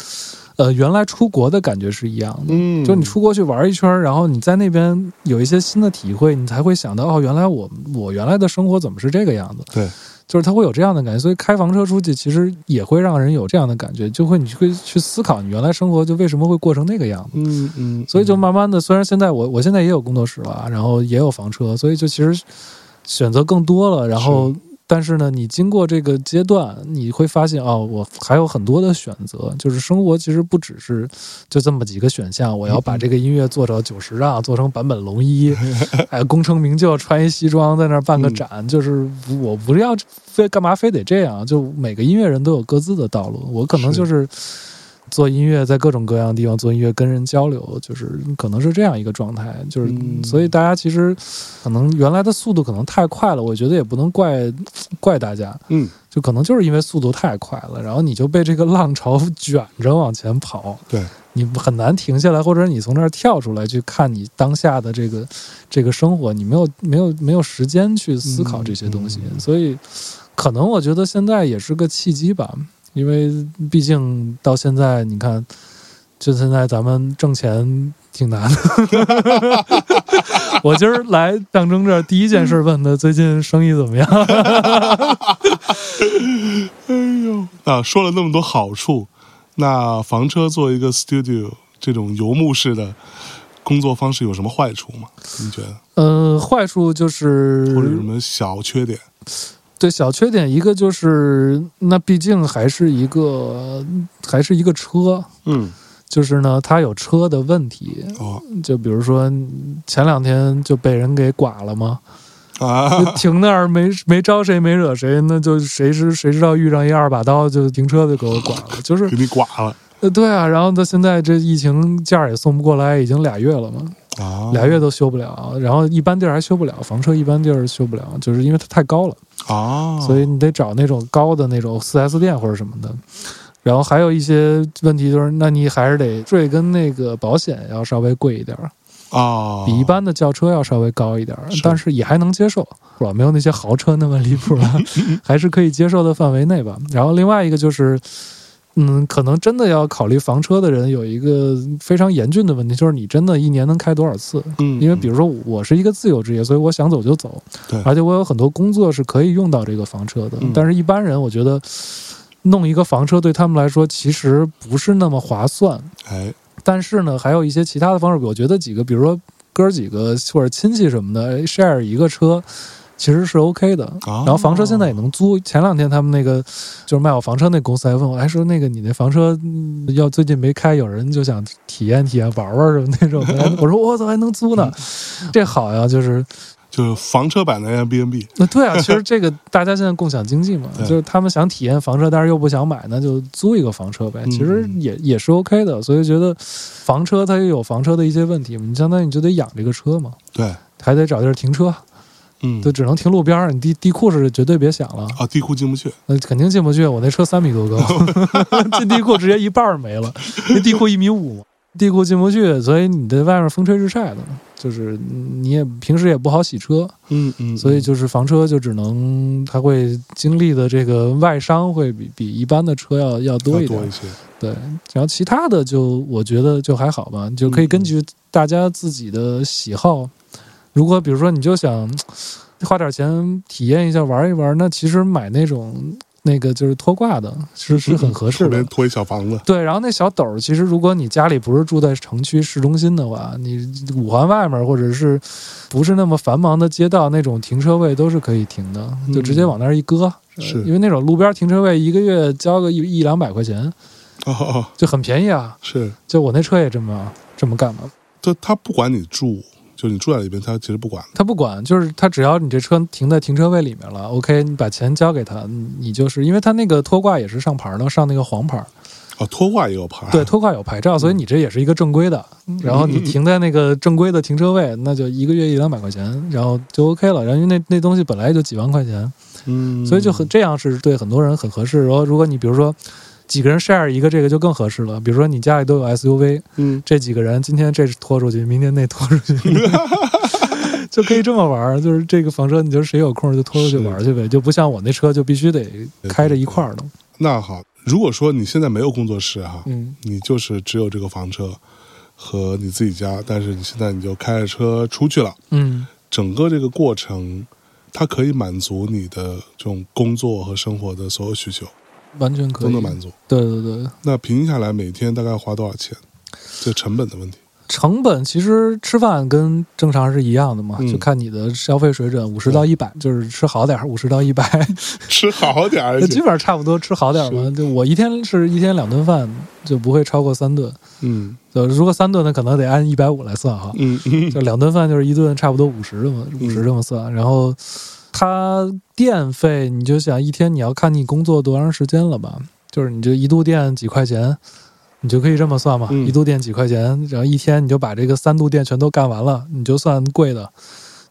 呃原来出国的感觉是一样的，嗯就你出国去玩一圈儿，然后你在那边有一些新的体会，你才会想到哦，原来我我原来的生活怎么是这个样子？对，就是它会有这样的感觉。所以开房车出去，其实也会让人有这样的感觉，就会你会去思考你原来生活就为什么会过成那个样子。嗯嗯，所以就慢慢的，虽然现在我我现在也有工作室了啊，然后也有房车，所以就其实选择更多了。然后，但是呢，你经过这个阶段，你会发现哦，我还有很多的选择，就是生活其实不只是就这么几个选项。我要把这个音乐做成九十啊，做成坂本龙一，哎，功成名就，穿一西装在那儿办个展，就是我不要非干嘛非得这样？就每个音乐人都有各自的道路，我可能是就是做音乐，在各种各样的地方做音乐，跟人交流，就是可能是这样一个状态。就是、嗯所以大家其实可能原来的速度可能太快了，我觉得也不能怪 怪大家，嗯，就可能就是因为速度太快了，然后你就被这个浪潮卷着往前跑，对，你很难停下来，或者你从那儿跳出来去看你当下的这个这个生活，你没有没有没有时间去思考这些东西，嗯嗯所以可能我觉得现在也是个契机吧，因为毕竟到现在你看，就现在咱们挣钱挺难的。 我今儿来象征这儿第一件事问他最近生意怎么样，啊，说了那么多好处，那房车作为一个 studio 这种游牧式的工作方式有什么坏处吗？你觉得，呃，坏处就是或者有什么小缺点？对，小缺点一个就是，那毕竟还是一个还是一个车，嗯，就是呢，它有车的问题。哦就比如说前两天就被人给剐了嘛，啊， 就停那儿没没招谁没惹谁，那就谁知谁知道遇上一二把刀就停车就给我剐了，就是给你剐了呃对啊，然后到现在这疫情假儿也送不过来，已经俩月了嘛，啊，俩月都修不了，然后一般地儿还修不了，房车一般地儿修不了，就是因为它太高了。啊，所以你得找那种高的那种 4S 店或者什么的。然后还有一些问题就是，那你还是得税跟那个保险要稍微贵一点儿，啊，比一般的轿车要稍微高一点儿，是但是也还能接受，是吧？没有那些豪车那么离谱了，还是可以接受的范围内吧。然后另外一个就是。嗯，可能真的要考虑房车的人有一个非常严峻的问题，就是你真的一年能开多少次？嗯，因为比如说我是一个自由职业，所以我想走就走，对而且我有很多工作是可以用到这个房车的，嗯但是一般人我觉得弄一个房车对他们来说其实不是那么划算，哎，但是呢，还有一些其他的方式，我觉得几个，比如说哥儿几个或者亲戚什么的哎，share 一个车。其实是 OK 的。哦然后房车现在也能租。前两天他们那个就是卖我房车那公司还问我，还说那个你那房车嗯要最近没开，有人就想体验体验玩玩什么那种的。我说我操还能租呢，嗯 这好呀，就是就是房车版的 Airbnb，那对啊，其实这个大家现在共享经济嘛，对就是他们想体验房车，但是又不想买，那就租一个房车呗。嗯其实也也是 OK 的，所以觉得房车它也有房车的一些问题，你相当于你就得养这个车嘛，对，还得找地儿停车，嗯，就只能停路边儿。你地地库是绝对别想了，啊，地库进不去，那呃肯定进不去。我那车三米多高， 进地库直接一半儿没了，那地库一米五嘛，地库进不去，所以你在外面风吹日晒的，就是你也平时也不好洗车。嗯嗯，所以就是房车就只能它会经历的这个外伤会比比一般的车要要嗯要多一点多一，些，对。然后其他的就我觉得就还好吧，就可以根据大家自己的喜好，如果比如说你就想花点钱体验一下玩一玩，那其实买那种那个就是拖挂的是是很合适后的面。嗯拖一小房子，对，然后那小斗儿，其实如果你家里不是住在城区市中心的话，你五环外面或者是不是那么繁忙的街道，那种停车位都是可以停的，就直接往那儿一搁。是因为那种路边停车位一个月交个一一两百块钱哦哦，哦就很便宜啊。是，就我那车也这么这么干嘛，就他不管你住，就你住在里边，他其实不管，他不管，就是他只要你这车停在停车位里面了，OK，你把钱交给他，你你就是因为他那个拖挂也是上牌儿的，上那个黄牌儿。哦，拖挂也有牌，对，，拖挂有牌照，所以你这也是一个正规的。然后你停在那个正规的停车位，那就一个月一两百块钱，然后就 OK 了。然后因为那那东西本来就几万块钱，嗯，所以就很这样是对很多人很合适。然后如果你比如说几个人 share 一个这个就更合适了。比如说你家里都有 SUV，嗯，这几个人今天这拖出去，明天那拖出 去。就可以这么玩儿，就是这个房车，你就谁有空就拖出去玩儿去呗，就不像我那车就必须得开着一块儿的。那好，如果说你现在没有工作室哈，嗯，你就是只有这个房车和你自己家，但是你现在你就开着车出去了，嗯，整个这个过程，它可以满足你的这种工作和生活的所有需求，完全可都以。能满足。对对对，那平下来每天大概花多少钱？这成本的问题。成本其实吃饭跟正常是一样的嘛，嗯就看你的消费水准，五十到一百、就是吃好点儿，五十到一百，吃好点 儿，而基且本上差不多吃好点儿嘛。就我一天是一天两顿饭，就不会超过三顿。嗯就如果三顿呢，可能得按一百五来算哈。嗯嗯就两顿饭就是一顿差不多五十这么五十这么算，然后它电费你就想一天你要看你工作多长时间了吧，就是你这一度电几块钱，你就可以这么算嘛，嗯一度电几块钱，然后一天你就把这个三度电全都干完了，你就算贵的，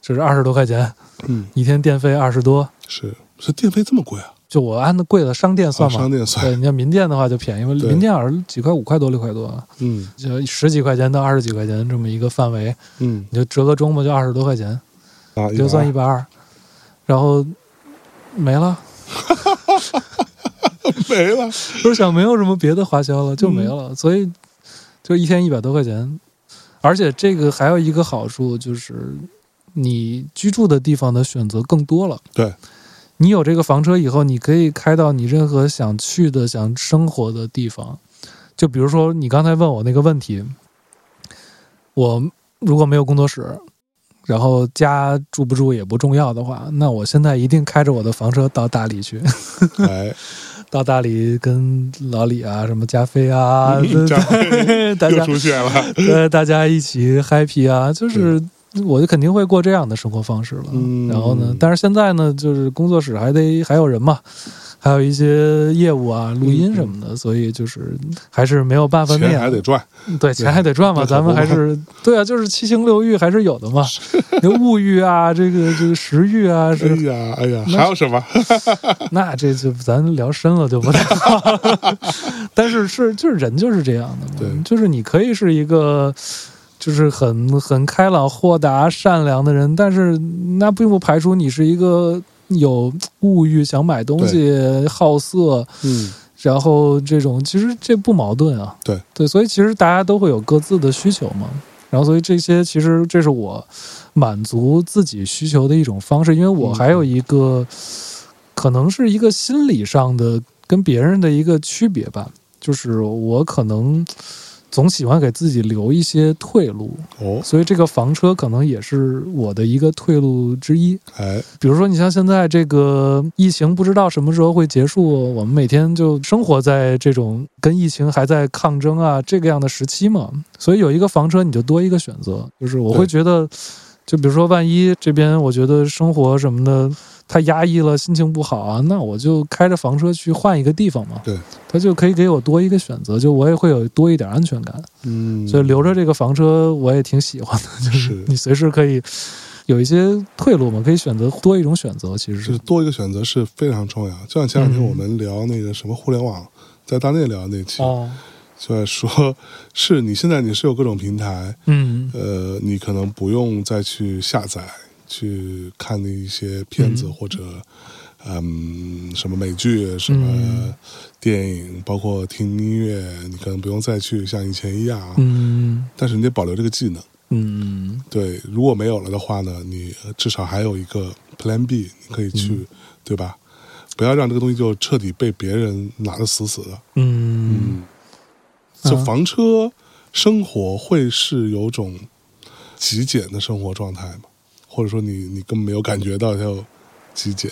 就是二十多块钱，嗯，一天电费二十多，是，这电费这么贵啊？就我按的贵的商店啊算嘛。商店算，对，你要民电的话就便宜嘛，对民电好像几块五块多六块多，啊嗯就十几块钱到二十几块钱这么一个范围，嗯你就折个中吧，就二十多块钱。啊，就算一百百二，然后没了，二没了，不是想没有什么别的花销了，就没了，所以就一天一百多块钱，而且这个还有一个好处就是，你居住的地方的选择更多了。对，你有这个房车以后，你可以开到你任何想去的、想生活的地方。就比如说你刚才问我那个问题，我如果没有工作室，然后家住不住也不重要的话，那我现在一定开着我的房车到大理去，哎，到大理跟老李啊、什么加 菲啊，对加菲 大嗯又家出现了，对大家一起 happy 啊，就是我就肯定会过这样的生活方式了。嗯然后呢，但是现在呢，就是工作室还得还有人嘛，还有一些业务啊、录音什么的，所以就是还是没有办法那嗯钱样还得赚，对，钱还得赚嘛，那可咱们不还嘛 是对啊，就是七情六欲还是有的嘛，那物欲啊，这个这个食欲啊，哎是呀哎呀，还有什么？ 那这就咱聊深了就不太好了。但是是就是人就是这样的嘛，对就是你可以是一个。就是很很开朗、豁达、善良的人，但是那并不排除你是一个有物欲、想买东西、好色，嗯，然后这种其实这不矛盾啊。对对，所以其实大家都会有各自的需求嘛。然后所以这些其实这是我满足自己需求的一种方式，因为我嗯还有一个、可能是一个心理上的跟别人的一个区别吧，就是我可能。总喜欢给自己留一些退路，哦，所以这个房车可能也是我的一个退路之一。哎，比如说，你像现在这个疫情不知道什么时候会结束，我们每天就生活在这种跟疫情还在抗争啊这个样的时期嘛，所以有一个房车你就多一个选择，就是我对会觉得，就比如说万一这边我觉得生活什么的太压抑了，心情不好啊，那我就开着房车去换一个地方嘛，对，它就可以给我多一个选择，就我也会有多一点安全感，嗯，所以留着这个房车我也挺喜欢的，就是是你随时可以。有一些退路嘛，可以选择多一种选择，其实就是是多一个选择是非常重要。就像前两天嗯我们聊那个什么互联网，在大内聊那期，哦，就在说，是你现在你是有各种平台，嗯呃，你可能不用再去下载去看那一些片子、嗯或者。嗯，什么美剧、什么嗯电影，包括听音乐，你可能不用再去像以前一样，嗯但是你得保留这个技能。嗯对，如果没有了的话呢，你呃至少还有一个 Plan B，你可以去，嗯对吧？不要让这个东西就彻底被别人拿得死死的。嗯，就啊房车生活会是有种极简的生活状态吗？或者说你你根本没有感觉到它有极简？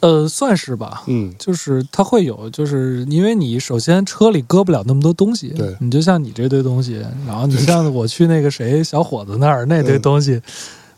呃，算是吧。嗯，就是它会有，就是因为你首先车里搁不了那么多东西，对你就像你这堆东西，然后你像我去那个谁小伙子那儿那堆东西，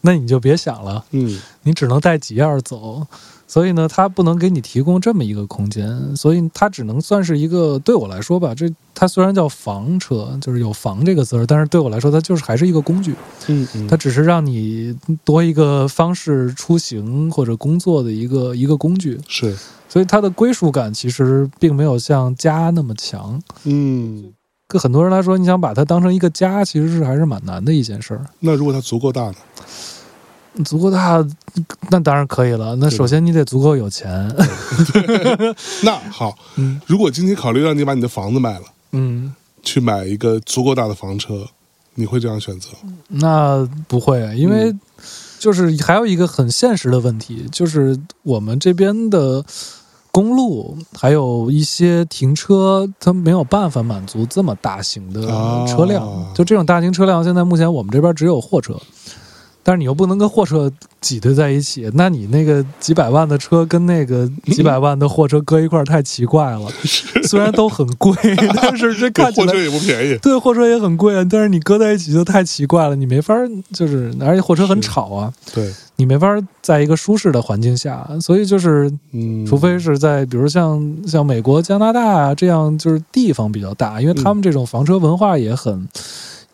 那你就别想了，嗯，你只能带几样走，所以呢，它不能给你提供这么一个空间，所以它只能算是一个对我来说吧，这它虽然叫房车，就是有“房”这个字儿，但是对我来说，它就是还是一个工具，嗯嗯，它只是让你多一个方式出行或者工作的一个一个工具，是，所以它的归属感其实并没有像家那么强。嗯。跟很多人来说，你想把它当成一个家，其实是还是蛮难的一件事儿。那如果它足够大呢？足够大，那当然可以了。那对首先你得足够有钱，那好，嗯如果今天考虑让你把你的房子卖了，嗯，去买一个足够大的房车，你会这样选择？那不会，因为嗯就是还有一个很现实的问题，就是我们这边的公路还有一些停车，它没有办法满足这么大型的啊车辆。就这种大型车辆，现在目前我们这边只有货车。但是你又不能跟货车挤兑在一起，那你那个几百万的车跟 那个几百万的货车搁一块儿太奇怪了。虽然都很 贵，但是这看起货来车也不便宜。对，货车也很贵，啊但是你搁在一起就太奇怪了，你没法儿就是，而且货车很是吵啊，对，你没法儿在一个舒适的环境下，所以就是，嗯，除非是在比如像像美国、加拿大啊这样，就是地方比较大，因为嗯他们这种房车文化也很。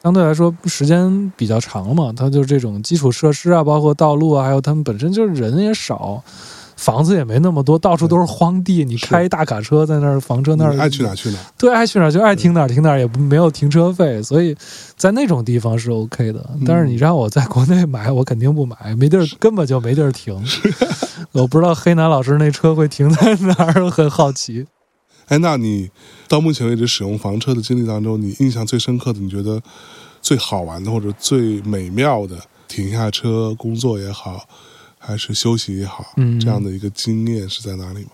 相对来说，时间比较长嘛，它就这种基础设施啊，包括道路啊，还有他们本身就是人也少，房子也没那么多，到处都是荒地。你是开一大卡车在那儿，房车你那儿爱去哪去哪。对，爱去哪儿就爱停哪儿停哪儿，也不没有停车费，所以在那种地方是 OK 的。嗯但是你让我在国内买，我肯定不买，没地儿，根本就没地儿停。 我不知道黑楠老师那车会停在哪儿，我很好奇。哎，那你到目前为止使用房车的经历当中，你印象最深刻的，你觉得最好玩的或者最美妙的，停下车工作也好，还是休息也好，嗯这样的一个经验是在哪里吗？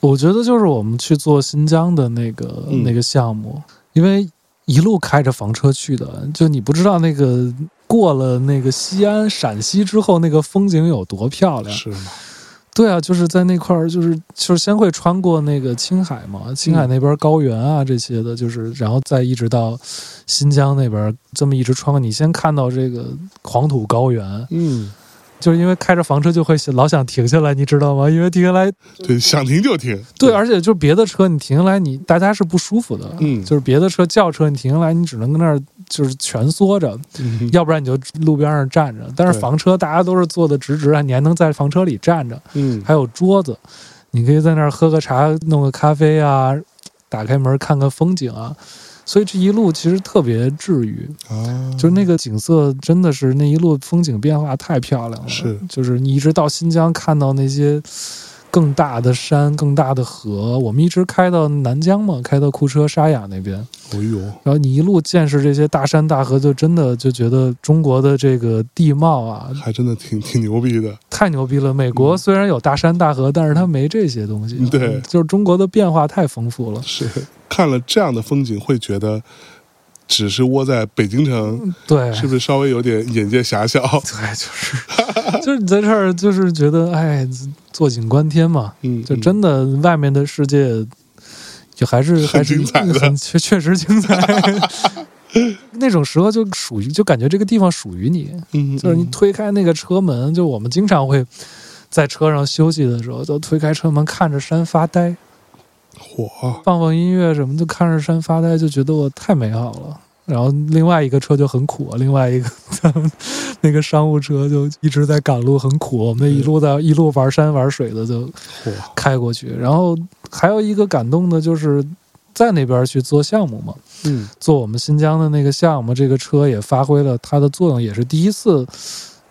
我觉得就是我们去做新疆的那个、嗯那个项目，因为一路开着房车去的，就你不知道那个过了那个西安、陕西之后，那个风景有多漂亮。是吗？对啊，就是在那块儿，就是就是先会穿过那个青海嘛，青嗯海那边高原啊这些的，就是然后再一直到新疆那边，这么一直穿过，你先看到这个黄土高原，嗯，就是因为开着房车就会想老想停下来，你知道吗？因为停下来，对，想停就停。对，而且就是别的车你停下来，你大家是不舒服的，嗯就是别的车轿车你停下来，你只能跟那儿就是蜷缩着，嗯要不然你就路边上站着，但是对房车大家都是坐的直直啊，你还能在房车里站着。嗯还有桌子，你可以在那儿喝个茶、弄个咖啡啊，打开门看看风景啊。所以这一路其实特别治愈，啊，就是那个景色真的是那一路风景变化太漂亮了。是，就是你一直到新疆看到那些更大的山、更大的河，我们一直开到南疆嘛，开到库车沙雅那边，哎呦，然后你一路见识这些大山大河，就真的就觉得中国的这个地貌啊，还真的挺挺牛逼的。太牛逼了！美国虽然有大山大河，但是它没这些东西。嗯对就是中国的变化太丰富了。是看了这样的风景，会觉得只是窝在北京城，对，嗯是不是稍微有点眼界狭小？ 对，就是 就是你在这儿，就是觉得哎，坐井观天嘛，嗯，就真的外面的世界，就还是还是精彩的很确确实精彩。 那种时候就属于，就感觉这个地方属于你，嗯，嗯就是你推开那个车门，就我们经常会在车上休息的时候，就推开车门看着山发呆，火，啊放放音乐什么，就看着山发呆，就觉得我太美好了。然后另外一个车就很苦，啊另外一个 那个商务车就一直在赶路，很苦。我们一路在一路玩山玩水的就火，啊开过去。然后还有一个感动的就是在那边去做项目嘛，嗯做我们新疆的那个项目，这个车也发挥了它的作用，也是第一次，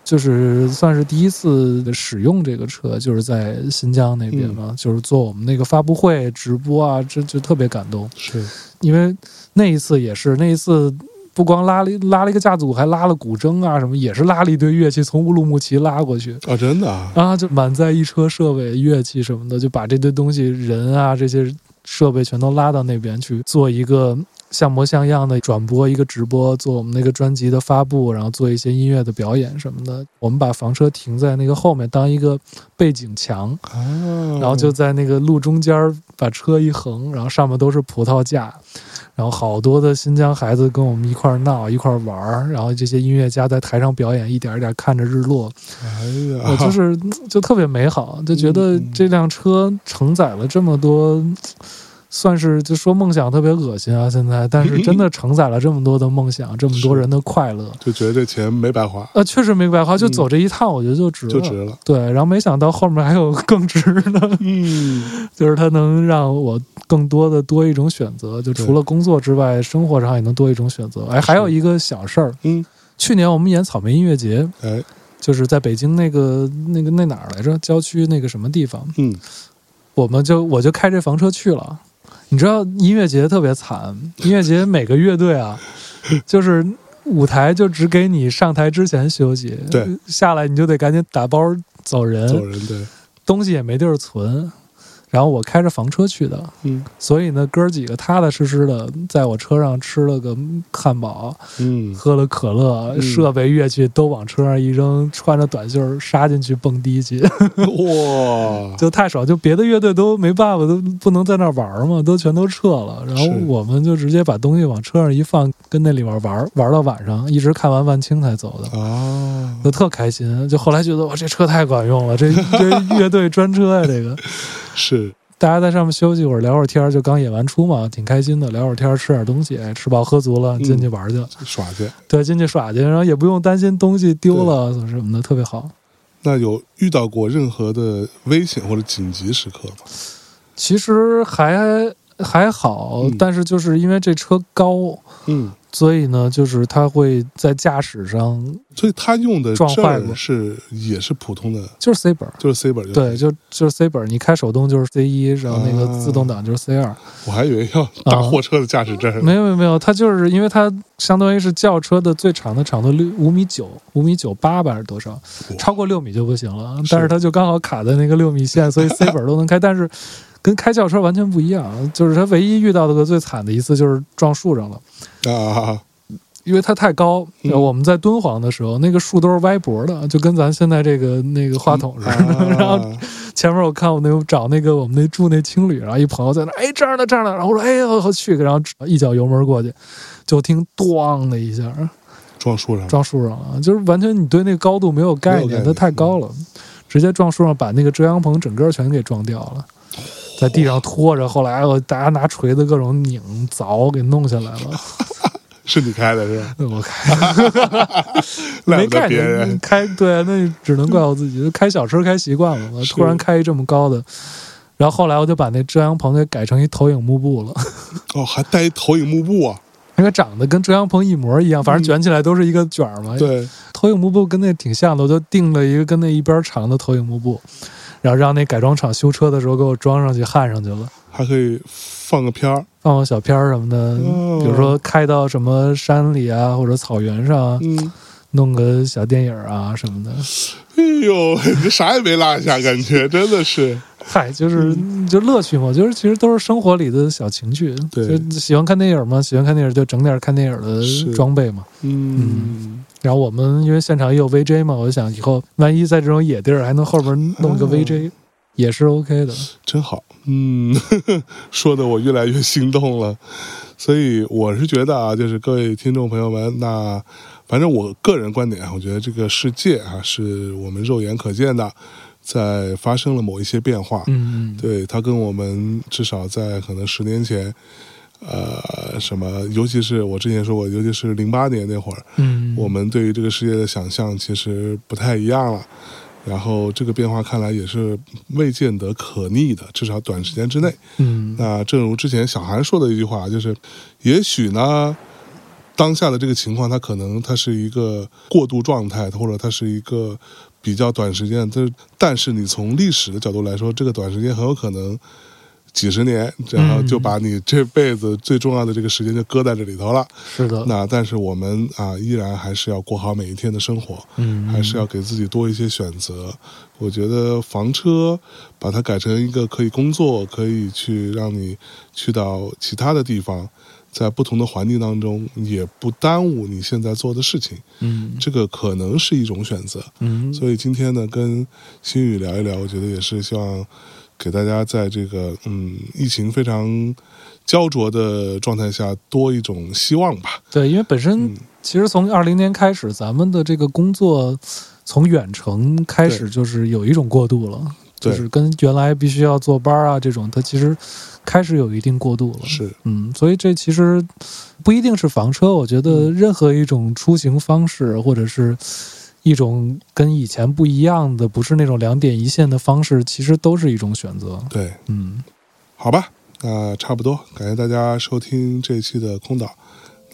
就是算是第一次使用这个车，就是在新疆那边嘛，就是做我们那个发布会直播啊，这就特别感动，是，因为那一次也是那一次。不光拉了一拉了一个架组，还拉了古筝啊什么，也是拉了一堆乐器从乌鲁木齐拉过去啊，真的啊，啊，就满载一车设备、乐器什么的，就把这堆东西、人啊这些设备全都拉到那边去做一个像模像样的转播、一个直播，做我们那个专辑的发布，然后做一些音乐的表演什么的。我们把房车停在那个后面当一个背景墙，啊，然后就在那个路中间儿把车一横，然后上面都是葡萄架，然后好多的新疆孩子跟我们一块儿闹、一块儿玩儿，然后这些音乐家在台上表演，一点儿一点儿看着日落，哎 我呀，就，是就特别美好，就觉得嗯这辆车承载了这么多，算是就说梦想特别恶心啊，现在，但是真的承载了这么多的梦想，这么多人的快乐，就觉得这钱没白花，呃，确实没白花，就嗯走这一趟，我觉得就值了。就值了，对，然后没想到后面还有更值的，嗯， 就是它能让我更多的多一种选择，就除对了工作之外，生活上也能多一种选择。哎，还有一个小事儿，嗯，去年我们演草莓音乐节，哎，就是在北京那个那个那哪儿来着？郊区那个什么地方？嗯，我们就我就开这房车去了。你知道音乐节特别 惨，音乐节每个乐队啊，就是舞台就只给你上台之前休息，对，下来你就得赶紧打包走人，走人对，东西也没地儿存。然后我开着房车去的，嗯所以呢，哥儿几个踏踏实实的在我车上吃了个汉堡，嗯，喝了可乐，嗯设备、乐器都往车上一扔，穿着短袖儿杀进去蹦迪去，哇，就太爽。就别的乐队都没办法，都不能在那儿玩儿嘛，都全都撤了。然后是我们就直接把东西往车上一放，跟那里面玩儿，玩到晚上，一直看完万青才走 的。啊，就特开心，就后来觉得哇，这车太管用 了，这这乐队专车呀、这个是，大家在上面休息一会儿，聊会儿天儿，就刚演完出嘛，挺开心的，聊会儿天儿，吃点东西，哎吃饱喝足了，嗯进去玩儿去了。耍去。对，进去耍去，然后也不用担心东西丢了什么的，特别好。那有遇到过任何的危险或者紧急时刻吗？其实还还好，嗯但是就是因为这车高，嗯，所以呢，就是它会在驾驶上所以他用的撞证坏儿过是也是普通的，就是 C 本儿，就是 C 本儿。对，，就就是 C 本儿，你开手动就是 C 一，然后那啊个自动挡就是 C 二、我还以为啊要大货车的驾驶证儿呢。没有没有没有，它就是因为它相当于是轿车的最长的长度六五米九，五米九八吧还是多少？超过六米就不行了，但是是它就刚好卡在那个六米线，所以 C 本都能开，但是跟开轿车完全不一样。就是它唯一遇到的个最惨的一次就是撞树上了，嗯啊，因为它太高。嗯我们在敦煌的时候，那个树都是歪脖的，就跟咱现在这个那个话筒似的。啊然后前面我看我那个找那个我们那住那青旅，然后一朋友在那，哎这儿呢这儿呢，然后我说哎呦我去，然后一脚油门过去，就听咣的一下，撞树上了，撞树上了，就是完全你对那个高度没有概没有概念，念嗯它太高了，直接撞树上，把那个遮阳棚整个全给撞掉了，在地上拖着。后来我大家拿锤子各种拧凿，给弄下来了。 是你开的是吧？我开赖没不得概别念，嗯人。开对，啊那只能怪我自己，就开小车开习惯了嘛，是突然开一这么高的。然后后来我就把那遮阳棚给改成一投影幕布了， 哦，还带一投影幕布啊？因为长得跟遮阳棚一模一样，反正嗯卷起来都是一个卷儿嘛，对，投影幕布跟那挺像的，我就定了一个跟那一边儿长的投影幕布，然后让那改装厂修车的时候给我装上去焊上去了，还可以放个片儿。放放小片儿什么的，哦比如说开到什么山里啊或者草原上啊，嗯，弄个小电影啊什么的。哎呦， 你这啥也没落下，感觉真的是。嗨，就是嗯嗯就乐趣嘛，就是其实都是生活里的小情趣。对就喜欢看电影嘛，喜欢看电影就整点看电影是的装备嘛。嗯，然后我们因为现场也有 VJ 嘛，我就想以后万一在这种野地儿还能后边弄一个哦 VJ，、也是 OK 的。真好。嗯， 说的我越来越心动了。所以我是觉得啊，就是各位听众朋友们，那反正我个人观点啊，我觉得这个世界啊，是我们肉眼可见的，在发生了某一些变化。嗯，嗯，对，它跟我们至少在可能十年前，呃，什么，尤其是我之前说过，尤其是零八年那会儿，嗯，我们对于这个世界的想象其实不太一样了。然后这个变化看来也是未见得可逆的，至少短时间之内。嗯那正如之前小韩说的一句话，就是也许呢，当下的这个情况，它可能它是一个过渡状态，或者它是一个比较短时间。但是但是你从历史的角度来说，这个短时间很有可能几十年，然后就把你这辈子最重要的这个时间就搁在这里头了。是的，那但是我们啊，依然还是要过好每一天的生活，嗯还是要给自己多一些选择。我觉得房车把它改成一个可以工作，可以去让你去到其他的地方，在不同的环境当中，也不耽误你现在做的事情。嗯这个可能是一种选择。嗯，所以今天呢，跟新宇聊一聊，我觉得也是希望给大家在这个嗯疫情非常焦灼的状态下，多一种希望吧。对，因为本身嗯其实从二零年开始，咱们的这个工作从远程开始就是有一种过渡了，对就是跟原来必须要坐班儿啊这种，它其实开始有一定过渡了。是，嗯，所以这其实不一定是房车，我觉得任何一种出行方式，或者是一种跟以前不一样的，不是那种两点一线的方式，其实都是一种选择。对，嗯，好吧，那差不多，感谢大家收听这一期的空岛，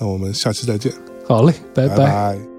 那我们下期再见，好嘞，拜拜